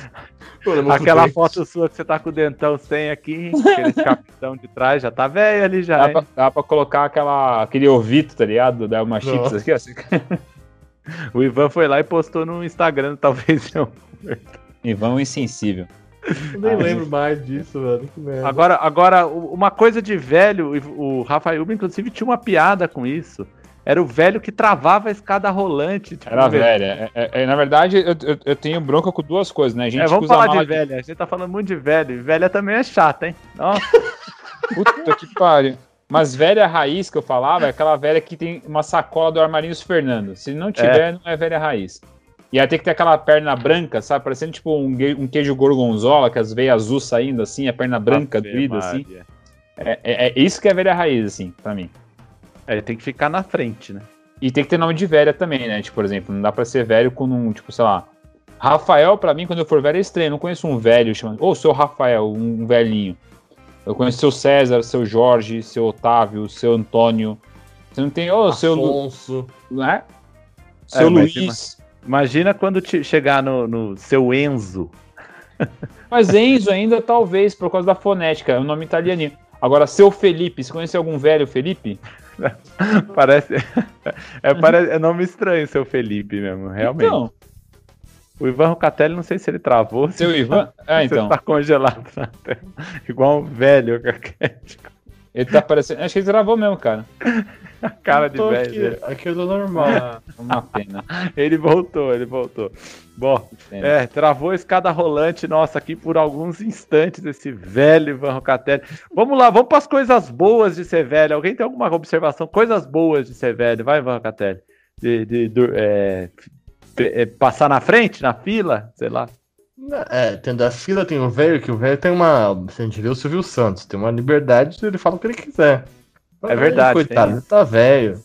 [SPEAKER 1] Aquela foto sua que você tá com o dentão sem aqui, aquele capitão de trás, já tá velho ali já.
[SPEAKER 3] dá,
[SPEAKER 1] hein?
[SPEAKER 3] pra, dá pra colocar aquela, aquele ovito, tá ligado? Dá uma chips
[SPEAKER 2] Nossa.
[SPEAKER 3] aqui, ó. assim, Você-
[SPEAKER 1] O Ivan foi lá e postou no Instagram, talvez eu
[SPEAKER 3] E vão insensível.
[SPEAKER 2] Eu nem
[SPEAKER 3] Ah,
[SPEAKER 2] lembro mais disso, mano. Que merda.
[SPEAKER 1] Agora, agora, u- uma coisa de velho, o o Rafa Uba, inclusive, tinha uma piada com isso. Era o velho que travava a escada rolante. tipo,
[SPEAKER 3] Era
[SPEAKER 1] no verão.
[SPEAKER 3] velha. É, é, é, na verdade, eu, eu, eu tenho bronca com duas coisas, né? Gente
[SPEAKER 1] É,
[SPEAKER 3] que
[SPEAKER 1] vamos
[SPEAKER 3] usa
[SPEAKER 1] falar
[SPEAKER 3] mala
[SPEAKER 1] de velha. A gente tá falando muito de velho. E velha também é chata, hein? Nossa,
[SPEAKER 3] Puta que pariu. Mas velha raiz que eu falava é aquela velha que tem uma sacola do Armarinhos Fernando. Se não tiver, não é velha raiz. E aí tem que ter aquela perna branca, sabe? Parecendo tipo um, gue- um queijo gorgonzola, com as veias azul saindo assim, a perna branca
[SPEAKER 1] Ave
[SPEAKER 3] doída assim.
[SPEAKER 1] Maria.
[SPEAKER 3] É, é- é isso que é velha raiz, assim, pra mim.
[SPEAKER 1] É, tem que ficar na frente, né?
[SPEAKER 3] E tem que ter nome de velha também, né? Tipo, por exemplo, não dá pra ser velho com um, tipo, sei lá. Rafael, pra mim, quando eu for velho, é estranho. Eu não conheço um velho chamando. Ô, seu Rafael, um velhinho. Eu conheço seu César, seu Jorge, seu Otávio, seu Antônio. Você não tem. Ô, seu. Lu...
[SPEAKER 2] Afonso.
[SPEAKER 3] Né? Seu
[SPEAKER 1] Tá É, mas-
[SPEAKER 3] Luiz.
[SPEAKER 1] Imagina quando te- chegar no, no seu Enzo.
[SPEAKER 3] Mas Enzo ainda, talvez, por causa da fonética. É um nome italianinho. Agora, seu Felipe. Você conhece algum velho Felipe?
[SPEAKER 1] Parece. É, parece- é nome estranho, seu Felipe mesmo, realmente.
[SPEAKER 3] Não.
[SPEAKER 1] O Ivan Rocatelli, não sei se ele travou.
[SPEAKER 3] Seu Ivan. Ah, então.
[SPEAKER 1] Você tá congelado na tela. Igual um velho com a
[SPEAKER 3] Ele tá parecendo. Acho que ele travou mesmo, cara.
[SPEAKER 1] cara de
[SPEAKER 2] Tô
[SPEAKER 1] velho. né?
[SPEAKER 2] aqui,
[SPEAKER 1] dele.
[SPEAKER 2] aqui eu tô normal.
[SPEAKER 1] Ah.
[SPEAKER 3] É Uma pena.
[SPEAKER 1] Ele voltou, ele voltou. Bom,
[SPEAKER 3] pena.
[SPEAKER 1] é, travou a escada rolante nossa aqui por alguns instantes, esse velho Ivan Rocatelli. Vamos lá, vamos para as coisas boas de ser velho. Alguém tem alguma observação? Coisas boas de ser velho, vai, Ivan Rocatelli. De, de- do- é, pe- é, passar na frente, na fila, sei lá.
[SPEAKER 2] É, tendo a fila, tem o velho, que o velho tem uma. Se a gente vê o Silvio Santos, tem uma liberdade, ele fala o que ele quiser. Mas,
[SPEAKER 1] É verdade,
[SPEAKER 2] Coitado,
[SPEAKER 1] tem
[SPEAKER 2] ele tá velho.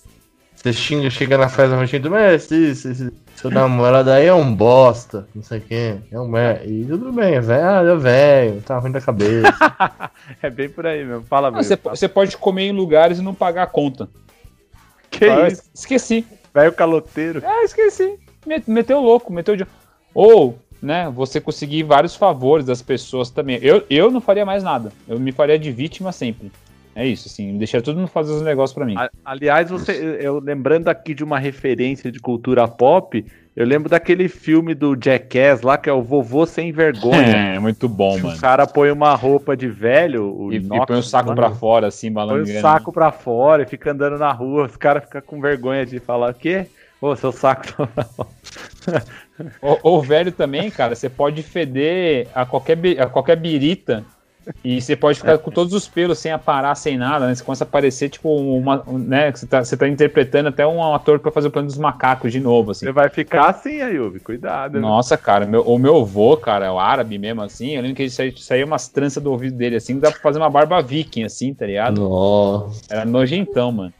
[SPEAKER 2] Você xinga, chega na festa da gente, mas esse, esse, esse- seu namorado aí é um bosta, não sei o quê, é um merda. E tudo bem, é velho, é velho, tá ruim da cabeça.
[SPEAKER 1] É bem por aí mesmo. Fala,
[SPEAKER 3] Ah,
[SPEAKER 1] mesmo.
[SPEAKER 3] Você, você pode comer em lugares e não pagar a conta.
[SPEAKER 1] Que
[SPEAKER 3] Ah,
[SPEAKER 1] isso,
[SPEAKER 3] Esqueci.
[SPEAKER 1] velho caloteiro.
[SPEAKER 3] Ah, esqueci. Me- Meteu louco, meteu de. Ou, né, você conseguir vários favores das pessoas também. Eu, eu não faria mais nada. Eu me faria de vítima sempre. É isso, assim. Deixar todo mundo fazer os negócios pra mim.
[SPEAKER 1] A- Aliás, você, eu lembrando aqui de uma referência de cultura pop, eu lembro daquele filme do Jackass lá, que é o Vovô Sem Vergonha.
[SPEAKER 3] É, muito bom,
[SPEAKER 1] que o
[SPEAKER 3] mano.
[SPEAKER 1] cara põe uma roupa de velho, o
[SPEAKER 3] E, e
[SPEAKER 1] Knox,
[SPEAKER 3] põe o saco
[SPEAKER 1] mano,
[SPEAKER 3] pra fora, assim,
[SPEAKER 1] põe
[SPEAKER 3] balangando.
[SPEAKER 1] o saco pra fora e fica andando na rua, os caras ficam com vergonha de falar o quê? Ô, seu saco tá pra fora."
[SPEAKER 3] Ou, ou velho também, cara, você pode feder a qualquer, bi- a qualquer birita e você pode
[SPEAKER 1] É.
[SPEAKER 3] ficar com todos os pelos sem aparar, sem nada, né? Você começa a parecer tipo uma. um, né? que Você tá, você tá interpretando até um ator pra fazer o plano dos macacos de novo, assim.
[SPEAKER 1] Você vai ficar assim, Ayubi, cuidado. viu?
[SPEAKER 3] Nossa, cara, meu- o meu avô, cara, o árabe mesmo, assim, eu lembro que ele saía, saía umas tranças do ouvido dele, assim, dá pra fazer uma barba viking, assim, tá ligado?
[SPEAKER 2] Nossa.
[SPEAKER 3] Era nojentão, mano.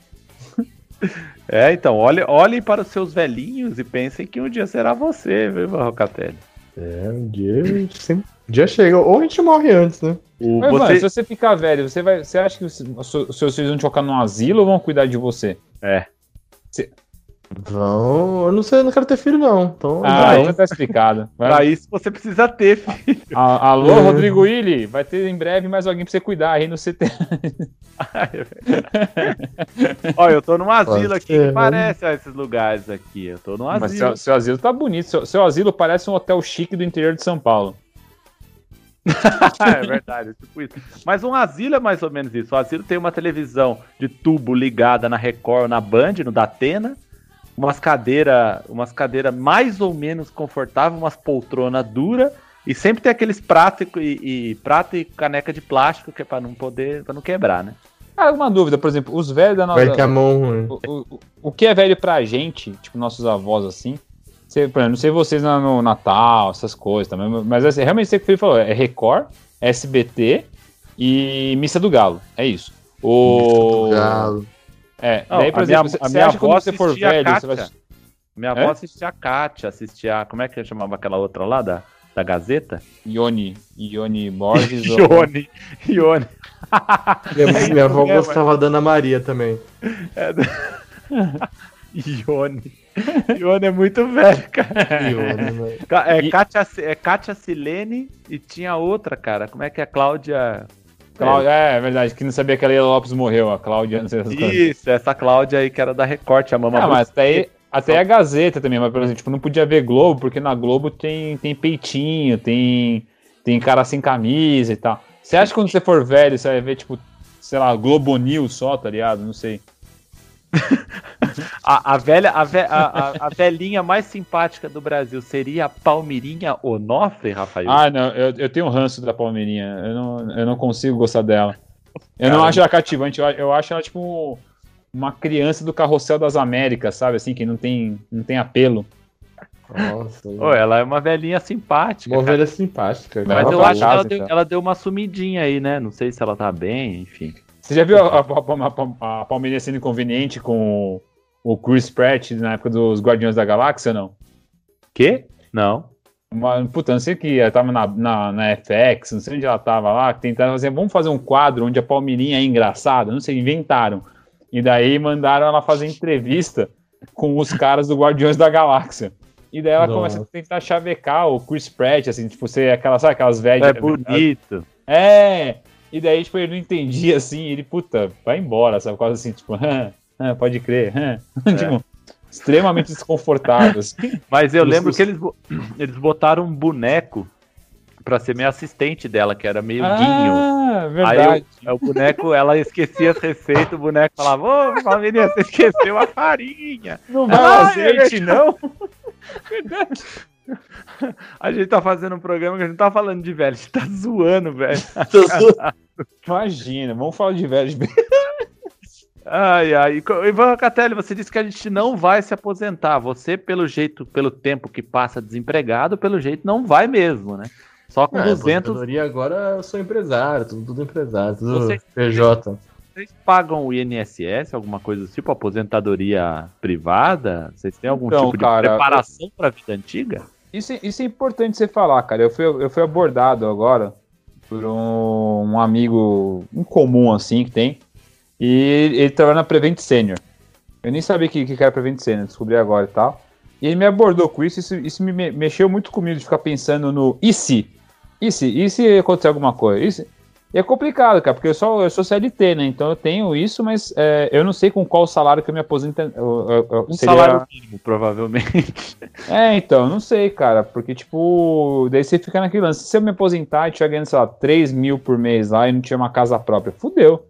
[SPEAKER 1] É, então, olhe, olhem para os seus velhinhos e pensem que um dia será você, viu, Rocatelli?
[SPEAKER 2] É, um dia, sempre, um dia chega, ou a gente morre antes, né?
[SPEAKER 1] O,
[SPEAKER 3] Mas, mano,
[SPEAKER 1] você-
[SPEAKER 3] se você ficar velho, você, vai, você acha que os os seus filhos vão te colocar num asilo ou vão cuidar de você?
[SPEAKER 1] É.
[SPEAKER 3] Você-
[SPEAKER 2] Vão. Eu não sei, eu não quero ter filho, não. Então,
[SPEAKER 3] Ah,
[SPEAKER 2] não.
[SPEAKER 3] então tá explicado. Vai-
[SPEAKER 1] Pra isso você precisa ter, filho.
[SPEAKER 3] A- Alô,
[SPEAKER 2] É.
[SPEAKER 3] Rodrigo Willi, vai ter em breve mais alguém pra você cuidar aí no CT.
[SPEAKER 1] Ó, eu tô num asilo
[SPEAKER 2] Pode
[SPEAKER 1] aqui
[SPEAKER 2] ser,
[SPEAKER 1] que
[SPEAKER 2] né?
[SPEAKER 1] parece ó, esses lugares aqui. Eu tô num
[SPEAKER 3] Mas
[SPEAKER 1] asilo.
[SPEAKER 3] seu, seu asilo tá bonito. Seu, seu asilo parece um hotel chique do interior de São Paulo.
[SPEAKER 1] Ah, é verdade, é tipo isso. Mas um asilo é mais ou menos isso. O asilo tem uma televisão de tubo ligada na Record ou na Band, no Datena. Umas cadeiras umas cadeira mais ou menos confortáveis, umas poltronas duras. E sempre tem aqueles pratos e, e prato e caneca de plástico que é pra não poder, para não quebrar, né?
[SPEAKER 3] Cara, Ah, uma dúvida, por exemplo, os velhos da
[SPEAKER 2] Vai que a
[SPEAKER 3] nossa.
[SPEAKER 2] mão ruim.
[SPEAKER 3] O, o- o que é velho pra gente, tipo nossos avós assim? Você, por exemplo, não sei vocês na- no Natal, essas coisas também, mas assim, realmente sei o que o Felipe falou: é Record, SBT e Missa do Galo. É isso. O...
[SPEAKER 2] Galo.
[SPEAKER 3] É,
[SPEAKER 1] Não,
[SPEAKER 3] daí, por
[SPEAKER 1] a
[SPEAKER 3] exemplo,
[SPEAKER 1] minha-
[SPEAKER 3] você-
[SPEAKER 1] a
[SPEAKER 3] você
[SPEAKER 1] minha
[SPEAKER 3] acha que
[SPEAKER 1] avó
[SPEAKER 3] quando você for
[SPEAKER 1] assistia a
[SPEAKER 3] velho, você
[SPEAKER 1] Kátia.
[SPEAKER 3] vai.
[SPEAKER 1] Minha avó
[SPEAKER 3] É?
[SPEAKER 1] assistia a Kátia, assistia. a- Como é que chamava aquela outra lá da, da Gazeta?
[SPEAKER 3] Ione, Ione Borges. ou-
[SPEAKER 1] Ione. Ione.
[SPEAKER 2] Minha, minha avó
[SPEAKER 1] É, mas-
[SPEAKER 2] gostava da Ana Maria também.
[SPEAKER 1] Ione. Ione é muito velho, cara.
[SPEAKER 2] E o Ana né? Maria.
[SPEAKER 1] Ca- É,
[SPEAKER 3] E-
[SPEAKER 1] Kátia, é Kátia Silene e tinha outra, cara. Como é que é? Cláudia.
[SPEAKER 3] Cláudia, é, é verdade, que não sabia que a Leila Lopes morreu, a Cláudia, não sei essas coisas.
[SPEAKER 1] Isso, essa Cláudia aí que era da Record, a mamãe.
[SPEAKER 3] Ah, mas até, aí- até a Gazeta também, mas por exemplo, tipo, não podia ver Globo, porque na Globo tem, tem peitinho, tem, tem cara sem camisa e tal. Você acha que quando você for velho, você vai ver, tipo, sei lá, Globo News só, tá ligado? Não sei.
[SPEAKER 1] a, a velha, a, ve- a, a- a velhinha mais simpática do Brasil seria a Palmirinha Onofre, Rafael?
[SPEAKER 3] Ah, não, eu, eu tenho um ranço da Palmeirinha, eu não, eu não consigo gostar dela. Eu não
[SPEAKER 1] Cara,
[SPEAKER 3] acho ela cativante, eu, eu acho ela, tipo, uma criança do carrossel das Américas, sabe, assim, que não tem, não tem apelo.
[SPEAKER 2] Nossa.
[SPEAKER 1] Ô, ela é uma velhinha simpática.
[SPEAKER 2] Uma
[SPEAKER 1] cara.
[SPEAKER 2] ovelha simpática. né?
[SPEAKER 1] Mas
[SPEAKER 3] Ela
[SPEAKER 1] eu
[SPEAKER 3] tá
[SPEAKER 1] acho que
[SPEAKER 3] lá,
[SPEAKER 1] ela
[SPEAKER 3] casa,
[SPEAKER 1] deu,
[SPEAKER 3] então.
[SPEAKER 1] ela deu uma sumidinha aí, né? Não sei se ela tá bem, enfim.
[SPEAKER 3] Você já viu a, a, a- a Palmeirinha sendo inconveniente com o, o Chris Pratt na época dos Guardiões da Galáxia ou não?
[SPEAKER 1] Quê? Não.
[SPEAKER 3] Uma, puta, não sei o que, ela tava na, na, na FX, não sei onde ela tava lá, tentaram fazer, vamos fazer um quadro onde a Palmeirinha é engraçada, não sei, inventaram. E daí mandaram ela fazer entrevista com os caras do Guardiões da Galáxia. E daí ela começa a
[SPEAKER 2] Nossa.
[SPEAKER 3] tentar chavecar o Chris Pratt, assim, tipo, você é aquela, sabe aquelas velhas...
[SPEAKER 1] É bonito.
[SPEAKER 3] É! E daí, tipo, ele não entendia assim, ele, puta, vai embora, sabe? Quase assim, tipo, "Hã, hã, pode crer, hã."
[SPEAKER 1] É.
[SPEAKER 3] tipo, extremamente desconfortável. assim.
[SPEAKER 1] Mas eu
[SPEAKER 3] Os-
[SPEAKER 1] lembro
[SPEAKER 3] os-
[SPEAKER 1] que eles, bo- eles botaram um boneco pra ser minha assistente dela, que era meio guinho.
[SPEAKER 3] Ah,
[SPEAKER 1] Aí é
[SPEAKER 3] verdade.
[SPEAKER 1] o, o boneco, ela esquecia as receitas, o boneco falava, ô, família, você esqueceu a farinha.
[SPEAKER 3] Não vai
[SPEAKER 1] Ah,
[SPEAKER 3] azeite, não?
[SPEAKER 1] A gente tá fazendo um programa que a gente não tá falando de velho, a gente tá zoando, velho.
[SPEAKER 2] "Ah,
[SPEAKER 3] Imagina, vamos falar de velho.
[SPEAKER 1] Ai, ai. Co- Ivan Rocatelli, você disse que a gente não vai se aposentar. Você, pelo jeito, pelo tempo que passa desempregado, pelo jeito não vai mesmo, né? Só com
[SPEAKER 2] Ah,
[SPEAKER 1] 200,
[SPEAKER 2] aposentadoria agora eu sou empresário, tudo, tudo empresário, tudo
[SPEAKER 1] Você-
[SPEAKER 2] PJ.
[SPEAKER 1] vocês pagam o INSS, alguma coisa do tipo, aposentadoria privada? Vocês têm algum
[SPEAKER 3] Então,
[SPEAKER 1] tipo de
[SPEAKER 3] cara,
[SPEAKER 1] preparação pra vida antiga?
[SPEAKER 3] Isso, é- isso é importante você falar, cara. Eu fui, eu fui abordado agora por um, um amigo incomum, assim, que tem. E ele trabalha na Prevent Senior. Eu nem sabia que, que era Prevent Senior, descobri agora e tal. E ele me abordou com isso, isso, isso me me- mexeu muito comigo de ficar pensando no e se? E se? E se acontecer alguma coisa? E se? E é complicado, cara, porque eu, só, eu sou CLT, né? Então eu tenho isso, mas é, eu não sei com qual salário que eu me aposento. eu- eu- eu-
[SPEAKER 1] Um
[SPEAKER 3] seria-
[SPEAKER 1] salário mínimo, provavelmente.
[SPEAKER 3] é, então, não sei, cara, porque, tipo, daí você fica naquele lance. Se eu me aposentar e tiver ganhando, sei lá, 3 mil por mês lá e não tiver uma casa própria, fudeu.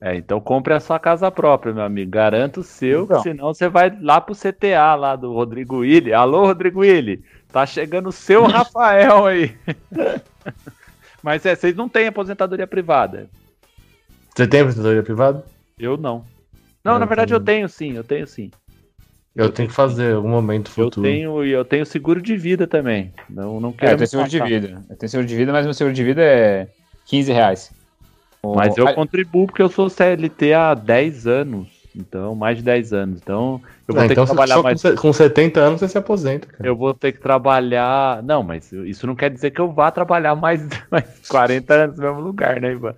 [SPEAKER 1] É, então compre a sua casa própria, meu amigo. Garanto o seu,
[SPEAKER 3] Então.
[SPEAKER 1] que senão você vai lá pro CTA lá do Rodrigo Willi. Alô, Rodrigo Willi, tá chegando o seu Rafael aí. Mas é, vocês não têm aposentadoria privada.
[SPEAKER 2] Você tem aposentadoria privada?
[SPEAKER 1] Eu não. Não,
[SPEAKER 2] Eu
[SPEAKER 1] na verdade eu
[SPEAKER 2] também.
[SPEAKER 1] tenho sim, eu tenho sim.
[SPEAKER 2] Eu tenho que fazer em algum momento
[SPEAKER 1] Eu
[SPEAKER 2] futuro.
[SPEAKER 1] tenho e eu tenho seguro de vida também. Não, não
[SPEAKER 3] É,
[SPEAKER 1] quero.
[SPEAKER 3] eu tenho seguro de vida. Eu tenho seguro de vida, mas meu seguro de vida é 15 reais. O-
[SPEAKER 1] Mas eu
[SPEAKER 3] Ah,
[SPEAKER 1] contribuo porque eu sou CLT há 10 anos. Então, mais de 10 anos. Então, eu vou
[SPEAKER 2] Ah,
[SPEAKER 1] ter
[SPEAKER 2] então
[SPEAKER 1] que
[SPEAKER 2] você-
[SPEAKER 1] trabalhar
[SPEAKER 2] só
[SPEAKER 1] mais
[SPEAKER 2] com, se- com 70 anos você se aposenta, cara.
[SPEAKER 1] Eu vou ter que trabalhar. Não, mas isso não quer dizer que eu vá trabalhar mais, mais 40 anos no mesmo lugar, né, Ivan?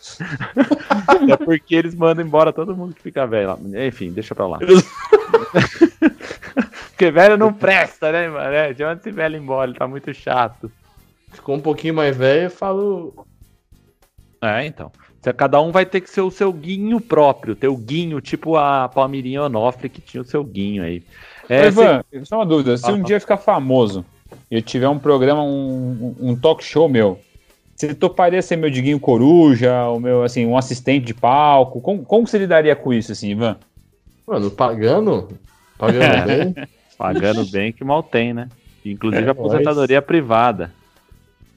[SPEAKER 1] É porque eles mandam embora todo mundo que fica velho lá. Enfim, deixa pra lá. Porque velho não presta, né, mano? É, de onde esse velho embora, ele tá muito chato.
[SPEAKER 2] Ficou um pouquinho mais velho e falou.
[SPEAKER 1] É, então. Cê- Cada um vai ter que ser o seu guinho próprio, ter o guinho, tipo a Palmirinha Onofre que tinha o seu guinho aí. É,
[SPEAKER 3] Ô, Ivan, só uma dúvida. Se
[SPEAKER 1] Fala,
[SPEAKER 3] um
[SPEAKER 1] fala.
[SPEAKER 3] dia eu ficar famoso e eu tiver um programa, um, um talk show meu, você toparia ser meu Diguinho Coruja, o meu, assim, um assistente de palco? Como, como você lidaria com isso, assim, Ivan?
[SPEAKER 2] Mano, pagando?
[SPEAKER 1] É.
[SPEAKER 2] Pagando bem?
[SPEAKER 1] cê- pagando bem que mal tem, né? Inclusive
[SPEAKER 2] É,
[SPEAKER 1] aposentadoria privada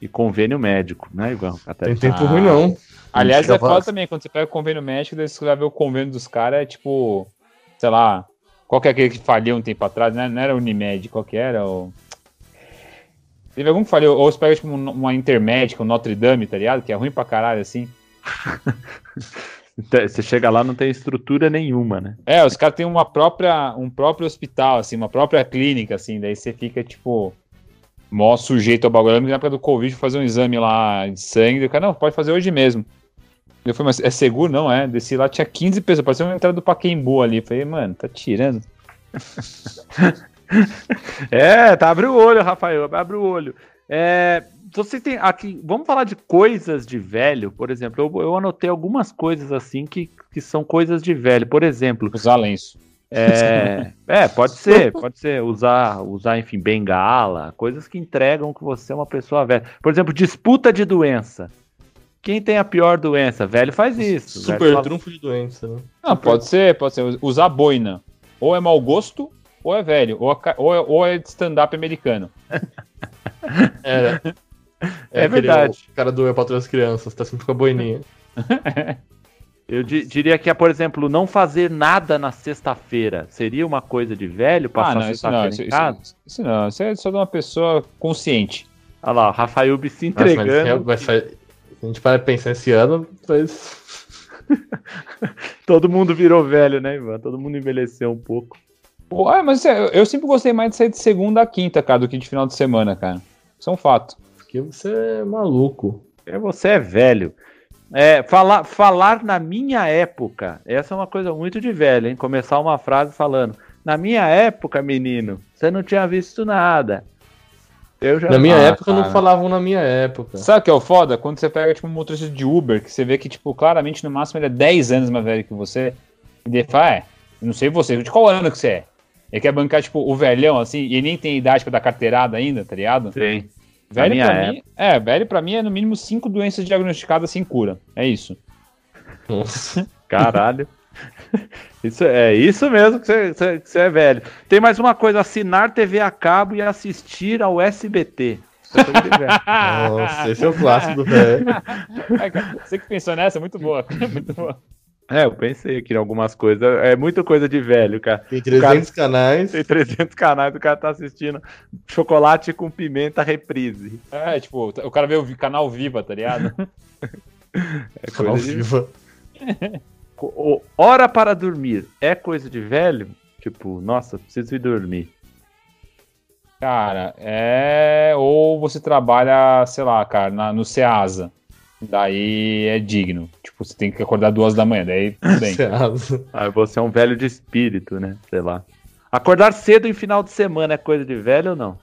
[SPEAKER 1] e convênio médico, né, Ivan? Até-
[SPEAKER 2] Tem tempo
[SPEAKER 3] Ah.
[SPEAKER 2] ruim, não.
[SPEAKER 3] Aliás,
[SPEAKER 2] que
[SPEAKER 3] é
[SPEAKER 2] eu
[SPEAKER 3] foda
[SPEAKER 2] faço.
[SPEAKER 3] também, quando você pega o convênio médico, daí você vai ver o convênio dos caras, é tipo, sei lá, qual que é aquele que falhou um tempo atrás, né? Não era Unimed, qual que era? Ou... Teve algum que falhou, ou você pega tipo um- uma Intermédica, um Notre Dame, tá ligado? Que é ruim pra caralho, assim.
[SPEAKER 1] Então, Você chega lá não tem estrutura nenhuma, né?
[SPEAKER 3] É, os caras têm uma própria, um próprio hospital, assim, uma própria clínica, assim, daí você fica, tipo, mó sujeito ao bagulho. Eu lembro que na época do Covid eu fui fazer um exame lá de sangue, daí o cara, não, pode fazer hoje mesmo. Eu falei, mas é seguro? Não, é. Desci lá, tinha 15 pessoas, parecia uma entrada do Paquembu ali. Eu Falei, mano, tá tirando.
[SPEAKER 1] É, tá, abre o olho, Rafael, abre o olho. É, você tem aqui, vamos falar de coisas de velho, por exemplo, eu, eu anotei algumas coisas assim que, que são coisas de velho, por exemplo,
[SPEAKER 3] Usar lenço.
[SPEAKER 1] é, é, pode ser, pode ser, usar, usar, enfim, bengala, coisas que entregam que você é uma pessoa velha. Por exemplo, disputa de doença. Quem tem a pior doença? Velho faz isso. velho
[SPEAKER 2] Super
[SPEAKER 1] fala-
[SPEAKER 2] trunfo de doença, né?
[SPEAKER 3] Não, pode ser, pode ser. Usar boina. Ou é mau gosto, ou é velho, ou é, ca- ou é, ou é de stand-up americano.
[SPEAKER 2] Era.
[SPEAKER 1] É
[SPEAKER 2] aquele-
[SPEAKER 1] verdade.
[SPEAKER 2] O cara do É pra Todas as Crianças, tá sempre com a boininha.
[SPEAKER 1] Eu di- diria que, é, por exemplo, não fazer nada na sexta-feira seria uma coisa de velho
[SPEAKER 3] Ah,
[SPEAKER 1] passar
[SPEAKER 3] não, isso não.
[SPEAKER 1] sexta-feira
[SPEAKER 3] Isso,
[SPEAKER 1] em casa?
[SPEAKER 3] isso, isso não, isso é só de uma pessoa consciente.
[SPEAKER 1] Olha lá, o Rafael Bi se
[SPEAKER 2] Nossa, mas
[SPEAKER 1] entregando.
[SPEAKER 2] esse é- mas se a gente para pensar esse ano, mas.
[SPEAKER 1] Todo mundo virou velho, né, Ivan? Todo mundo envelheceu um pouco.
[SPEAKER 3] Pô, ah, mas é, eu- eu sempre gostei mais de sair de segunda a quinta, cara, do que de final de semana, cara. Isso é um fato.
[SPEAKER 2] Porque você é maluco.
[SPEAKER 1] É, você é velho. É, falar, falar na minha época. Essa é uma coisa muito de velho, hein? Começar uma frase falando. Na minha época, menino, você não tinha visto nada. Eu já.
[SPEAKER 2] Na minha
[SPEAKER 3] Ah,
[SPEAKER 2] época não
[SPEAKER 3] cara.
[SPEAKER 2] falavam na minha época.
[SPEAKER 3] Sabe o que é o foda? Quando você pega, tipo, um motorista de Uber, que você vê que, tipo, claramente no máximo ele é 10 anos mais velho que você, e ele fala, é, eu não sei você, de qual ano que você é? Ele quer bancar, tipo, o velhão, assim, e ele nem tem idade pra dar carteirada ainda, tá ligado?
[SPEAKER 1] Sim.
[SPEAKER 3] Velho
[SPEAKER 1] minha
[SPEAKER 3] pra mim. É, velho pra mim é no mínimo cinco doenças diagnosticadas sem cura. É isso.
[SPEAKER 2] Nossa.
[SPEAKER 1] Caralho. Isso, é isso mesmo que você, você- que você é velho. Tem mais uma coisa: assinar TV a cabo e assistir ao SBT. Isso é coisa de velho.
[SPEAKER 2] Nossa, esse é o clássico do velho.
[SPEAKER 3] Ai, É, cara, Você que pensou nessa, é muito boa. Muito boa.
[SPEAKER 1] É, eu pensei aqui em algumas coisas. É muita coisa de velho, cara.
[SPEAKER 2] Tem 300 canais.
[SPEAKER 1] Tem 300 canais, o cara tá assistindo chocolate com pimenta reprise.
[SPEAKER 3] É, tipo, o cara vê o vi- canal Viva, tá ligado?
[SPEAKER 1] É
[SPEAKER 2] Canal
[SPEAKER 1] coisa de...
[SPEAKER 2] Viva.
[SPEAKER 1] Co- o- Hora para dormir é coisa de velho? Tipo, nossa, preciso ir dormir.
[SPEAKER 3] Cara, é. Ou você trabalha, sei lá, cara, na- no Ceasa. Daí é digno. Tipo, você tem que acordar duas da manhã, daí tudo bem.
[SPEAKER 2] Ceasa.
[SPEAKER 1] Ah, você é um velho de espírito, né? Sei lá. Acordar cedo em final de semana é coisa de velho ou não?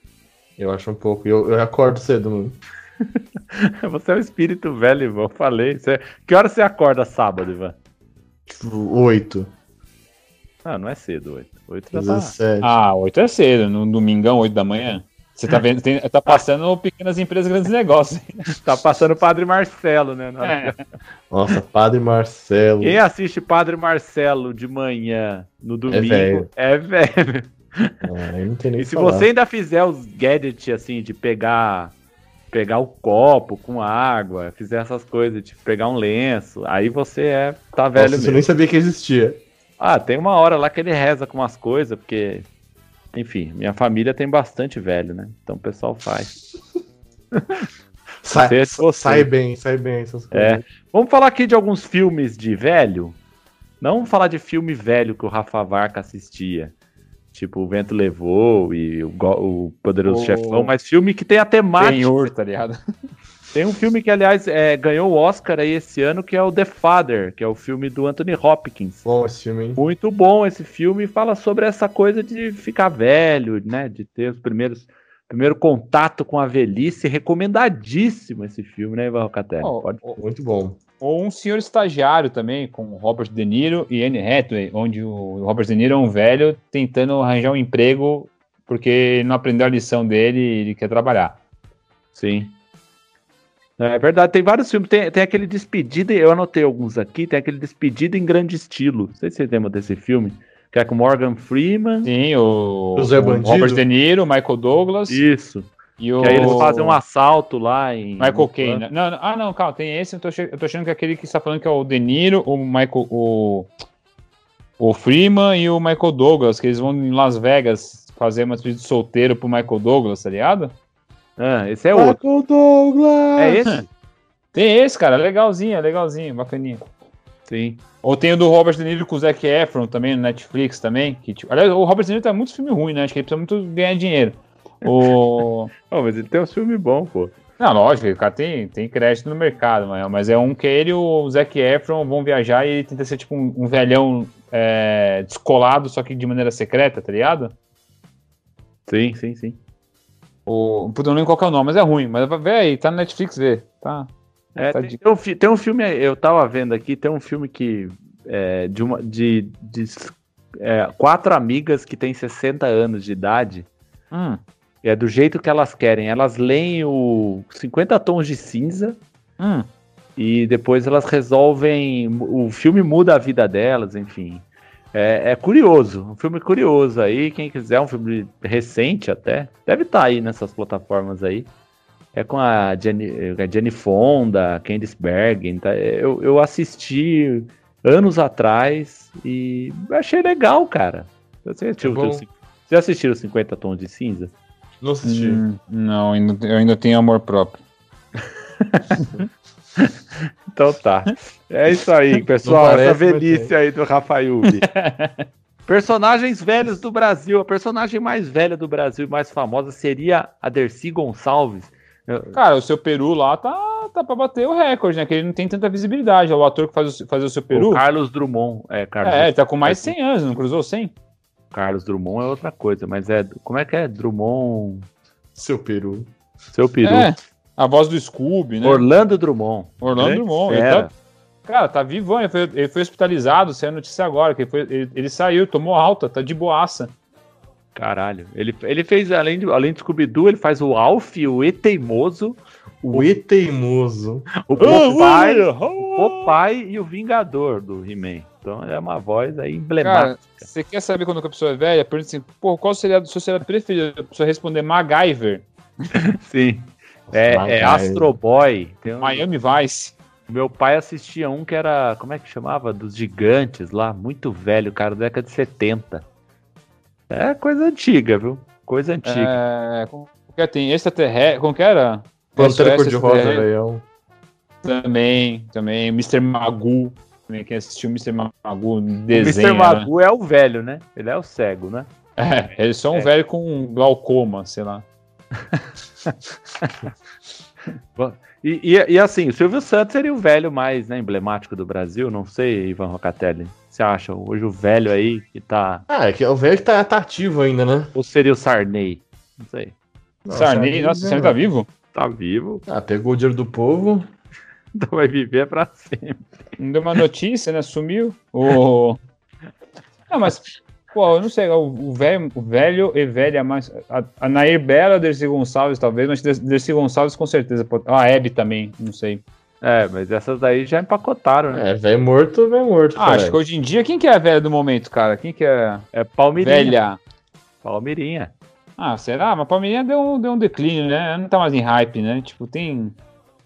[SPEAKER 2] Eu acho um pouco. Eu, eu acordo cedo, mano.
[SPEAKER 1] Você é um espírito velho, Ivan. Eu falei. Você- Que hora você acorda sábado, Ivan?
[SPEAKER 2] Tipo, 8,
[SPEAKER 1] Ah, não é cedo, 8. 8 já tá.
[SPEAKER 2] 17.
[SPEAKER 3] Ah, oito é cedo, no domingão, oito da manhã. Você tá vendo, tem- tá passando pequenas empresas, grandes negócios.
[SPEAKER 1] Tá passando o Padre Marcelo, né? Na hora
[SPEAKER 3] É.
[SPEAKER 2] Nossa, Padre Marcelo.
[SPEAKER 1] Quem assiste Padre Marcelo de manhã no domingo
[SPEAKER 2] velho.
[SPEAKER 1] é velho.
[SPEAKER 2] Ah, eu não tenho nem
[SPEAKER 1] E
[SPEAKER 2] o que
[SPEAKER 1] se
[SPEAKER 2] falar.
[SPEAKER 1] você é ainda fizer os gadgets assim de pegar pegar o copo com água, fizer essas coisas, tipo pegar um lenço, aí você é tá
[SPEAKER 2] Nossa,
[SPEAKER 1] velho
[SPEAKER 2] isso eu
[SPEAKER 1] mesmo.
[SPEAKER 2] nem sabia que existia.
[SPEAKER 1] Ah, tem uma hora lá que ele reza com umas coisas, porque enfim, minha família tem bastante velho, né? Então o pessoal faz.
[SPEAKER 2] Sai,
[SPEAKER 1] Você é você.
[SPEAKER 2] sai bem, sai bem essas
[SPEAKER 1] É.
[SPEAKER 2] coisas.
[SPEAKER 1] Vamos falar aqui de alguns filmes de velho. Não vamos falar de filme velho que o Rafa Varca assistia. Tipo, O Vento Levou e O, Go- o Poderoso
[SPEAKER 3] O-
[SPEAKER 1] Chefão, mas filme que tem a temática.
[SPEAKER 3] Senhor, tá ligado?
[SPEAKER 1] Tem um filme que, aliás, é, ganhou o Oscar aí esse ano, que é o The Father, que é o filme do Anthony Hopkins.
[SPEAKER 2] Bom esse filme, hein?
[SPEAKER 1] Muito bom esse filme, fala sobre essa coisa de ficar velho, né? De ter os primeiros primeiro contato com a velhice. Recomendadíssimo esse filme, né, Ivan Rocaterra?
[SPEAKER 3] Ó,
[SPEAKER 1] Pode-
[SPEAKER 3] ó,
[SPEAKER 2] Muito bom.
[SPEAKER 3] Ou um senhor estagiário também, com Robert De Niro e Anne Hathaway, onde o Robert De Niro é um velho tentando arranjar um emprego porque ele não aprendeu a lição dele e ele quer trabalhar.
[SPEAKER 1] Sim. É verdade, tem vários filmes. Tem, tem aquele Despedida, eu anotei alguns aqui, tem aquele Despedida em Grande Estilo. Não sei se vocês lembram desse filme, que é com Morgan Freeman.
[SPEAKER 3] Sim, o,
[SPEAKER 2] José
[SPEAKER 3] o
[SPEAKER 2] Bandido?
[SPEAKER 3] Robert De Niro, Michael Douglas
[SPEAKER 1] Isso.
[SPEAKER 3] e o
[SPEAKER 1] Que aí eles fazem um assalto lá em.
[SPEAKER 3] Oh. Michael Caine. né? Não, não, ah, não, calma, tem esse, eu tô, ach- eu tô achando que é aquele que está falando que é o De Niro, o Michael, o, o Freeman e o Michael Douglas, que eles vão em Las Vegas fazer uma despedida de solteiro pro Michael Douglas, tá ligado?
[SPEAKER 1] Ah, esse é outro.
[SPEAKER 2] Michael Douglas!
[SPEAKER 1] É esse?
[SPEAKER 3] Tem esse, cara, legalzinho, é legalzinho, bacaninha.
[SPEAKER 1] Sim.
[SPEAKER 3] Ou tem o do Robert De Niro com o Zac Efron também, no Netflix também. Que, tipo, aliás, o Robert De Niro tá muito filme ruim, né? Acho que ele precisa muito ganhar dinheiro. O...
[SPEAKER 1] Oh, mas ele tem um filme bom, pô.
[SPEAKER 3] Não, lógico, o cara tem, tem crédito no mercado, mas, mas é um que ele e o Zac Efron vão viajar e ele tenta ser tipo um, um velhão é, descolado, só que de maneira secreta, tá ligado?
[SPEAKER 1] Sim, sim, sim.
[SPEAKER 3] O... Puta, eu não lembro qual que é o nome, mas é ruim. Mas vê aí, tá no Netflix, vê. Tá.
[SPEAKER 1] É,
[SPEAKER 3] Tá
[SPEAKER 1] tem,
[SPEAKER 3] de-
[SPEAKER 1] tem um, fi- tem um filme, eu tava vendo aqui, tem um filme que. é, de uma. De, de é, quatro amigas que têm 60 anos de idade.
[SPEAKER 3] Hum,
[SPEAKER 1] É do jeito que elas querem. Elas leem o 50 tons de cinza
[SPEAKER 3] hum.
[SPEAKER 1] e depois elas resolvem. O filme muda a vida delas, enfim. É, é curioso, um filme curioso aí. Quem quiser, um filme recente até, deve estar aí nessas plataformas aí. É com a Jenny, a Jenny Fonda, Candice Bergen. tá? Eu, eu assisti anos atrás e achei legal, cara. Você, assistiu,
[SPEAKER 2] bom.
[SPEAKER 1] você assistiram 50 Tons de Cinza?
[SPEAKER 2] Não assisti.
[SPEAKER 3] Hum, não, ainda- eu ainda tenho amor próprio.
[SPEAKER 1] Então tá. É isso aí, pessoal.
[SPEAKER 2] Não parece,
[SPEAKER 1] Essa
[SPEAKER 2] mas
[SPEAKER 1] velhice aí do Rafael. Personagens velhos do Brasil. A personagem mais velha do Brasil e mais famosa seria a Dercy Gonçalves.
[SPEAKER 3] Cara, o seu Peru lá tá, tá pra bater o recorde, né? Que ele não tem tanta visibilidade. O ator que faz o, faz o seu Peru.
[SPEAKER 1] O Carlos Drummond. É, Carlos,
[SPEAKER 3] É, ele tá com mais de 100 anos, não cruzou 100?
[SPEAKER 1] Carlos Drummond é outra coisa, mas é. Como é que é? Drummond.
[SPEAKER 2] Seu peru.
[SPEAKER 1] Seu peru.
[SPEAKER 3] É. A voz do Scooby, né?
[SPEAKER 1] Orlando Drummond. então.
[SPEAKER 3] Orlando
[SPEAKER 1] Grande
[SPEAKER 3] Drummond. Ele
[SPEAKER 1] fera.
[SPEAKER 3] tá, cara, tá vivão. Ele foi, ele foi hospitalizado, saiu a notícia agora. Que ele, foi- ele- ele saiu, tomou alta, tá de boaça.
[SPEAKER 1] Caralho. Ele, ele fez, além de, além de Scooby-Doo, ele faz o Alf, o E Teimoso,
[SPEAKER 2] O Uhum. E teimoso.
[SPEAKER 1] o Popeye. Popeye e o Vingador do He-Man. Então é uma voz aí
[SPEAKER 3] Cara,
[SPEAKER 1] emblemática.
[SPEAKER 3] você quer saber quando que a pessoa é velha? Pergunta assim, pô, qual seria a sua seriado preferida? A pessoa responder MacGyver,
[SPEAKER 1] Sim. É,
[SPEAKER 2] Vai,
[SPEAKER 1] é
[SPEAKER 2] cara.
[SPEAKER 1] Astro Boy. Tem um-
[SPEAKER 3] Miami Vice.
[SPEAKER 1] Meu pai assistia um que era. Como é que chamava? Dos gigantes lá. Muito velho, cara, década de 70. É coisa antiga, viu? Coisa antiga.
[SPEAKER 3] É, como que é, tem extraterrestre, como que era?
[SPEAKER 2] Pantera
[SPEAKER 3] SOS
[SPEAKER 2] cor-de-rosa,
[SPEAKER 3] extraterrestre.
[SPEAKER 2] leão.
[SPEAKER 3] Também, também. Mr. Magoo. Também, quem assistiu Mr. Magoo
[SPEAKER 1] o
[SPEAKER 3] em desenho.
[SPEAKER 1] Mr.
[SPEAKER 3] né?
[SPEAKER 1] Magoo é o velho, né? Ele é o cego, né?
[SPEAKER 3] É, ele só é
[SPEAKER 1] É.
[SPEAKER 3] um velho com glaucoma, sei lá.
[SPEAKER 1] E, e, e assim, o Silvio Santos seria o velho mais né, emblemático do Brasil, não sei, Ivan Rocatelli. Você acha? Hoje o velho aí que tá.
[SPEAKER 2] Ah, é que é o velho que tá, tá ativo ainda, né?
[SPEAKER 1] Ou seria o Sarney? Não sei.
[SPEAKER 2] Não,
[SPEAKER 3] Sarney, nossa,
[SPEAKER 2] é
[SPEAKER 3] o Sarney tá vivo?
[SPEAKER 1] Tá vivo,
[SPEAKER 2] né? Ah, pegou o dinheiro do povo.
[SPEAKER 1] então vai viver pra sempre.
[SPEAKER 3] Não deu uma notícia, né? Sumiu. O... Não, mas, pô, eu não sei. O, o velho, o velho e velha mais. A, a Nair Bela, a Dercy Gonçalves, talvez, mas Der- Dercy Gonçalves com certeza. pode- Ah, a Hebe também, não sei.
[SPEAKER 1] É, mas essas daí já empacotaram, né?
[SPEAKER 2] É, velho morto, velho morto.
[SPEAKER 3] Ah, acho
[SPEAKER 2] caralho.
[SPEAKER 3] que hoje em dia, quem que é a velha do momento, cara? Quem que é
[SPEAKER 1] É, Palmeirinha.
[SPEAKER 3] velha?
[SPEAKER 1] Palmeirinha.
[SPEAKER 3] Ah, será? Mas a Palmeirinha deu um, deu um declínio, né? Não tá mais em hype, né? Tipo, tem.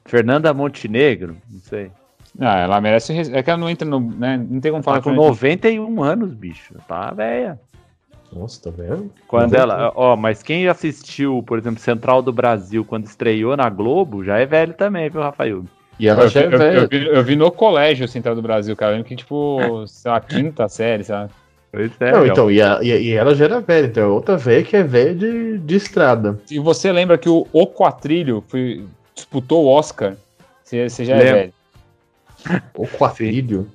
[SPEAKER 1] Fernanda Montenegro, não sei.
[SPEAKER 3] Ah, ela merece. res- É que ela não entra no. Né? Não tem como falar
[SPEAKER 1] Tá com
[SPEAKER 3] que ela
[SPEAKER 1] 91 anos, bicho. Tá velha.
[SPEAKER 2] Nossa, tá vendo?
[SPEAKER 1] Quando
[SPEAKER 2] 91.
[SPEAKER 1] ela. Ó, mas quem assistiu, por exemplo, Central do Brasil quando estreou na Globo, já é velho também, viu, Rafael?
[SPEAKER 2] E ela já é
[SPEAKER 3] Eu,
[SPEAKER 1] Tá
[SPEAKER 3] eu-
[SPEAKER 2] velha.
[SPEAKER 3] eu vi, eu vi no colégio Central do Brasil, cara. Eu lembro que, tipo, sei lá, quinta série, sabe?
[SPEAKER 1] Pois é,
[SPEAKER 2] Não,
[SPEAKER 1] Léo.
[SPEAKER 2] então, e, a- e a- e ela já era velha, então é outra velha que é velha de, de estrada.
[SPEAKER 3] E você lembra que o O Quatrilho foi, disputou o Oscar. Você você já é
[SPEAKER 1] Lembro.
[SPEAKER 3] velho.
[SPEAKER 2] O quatrilho?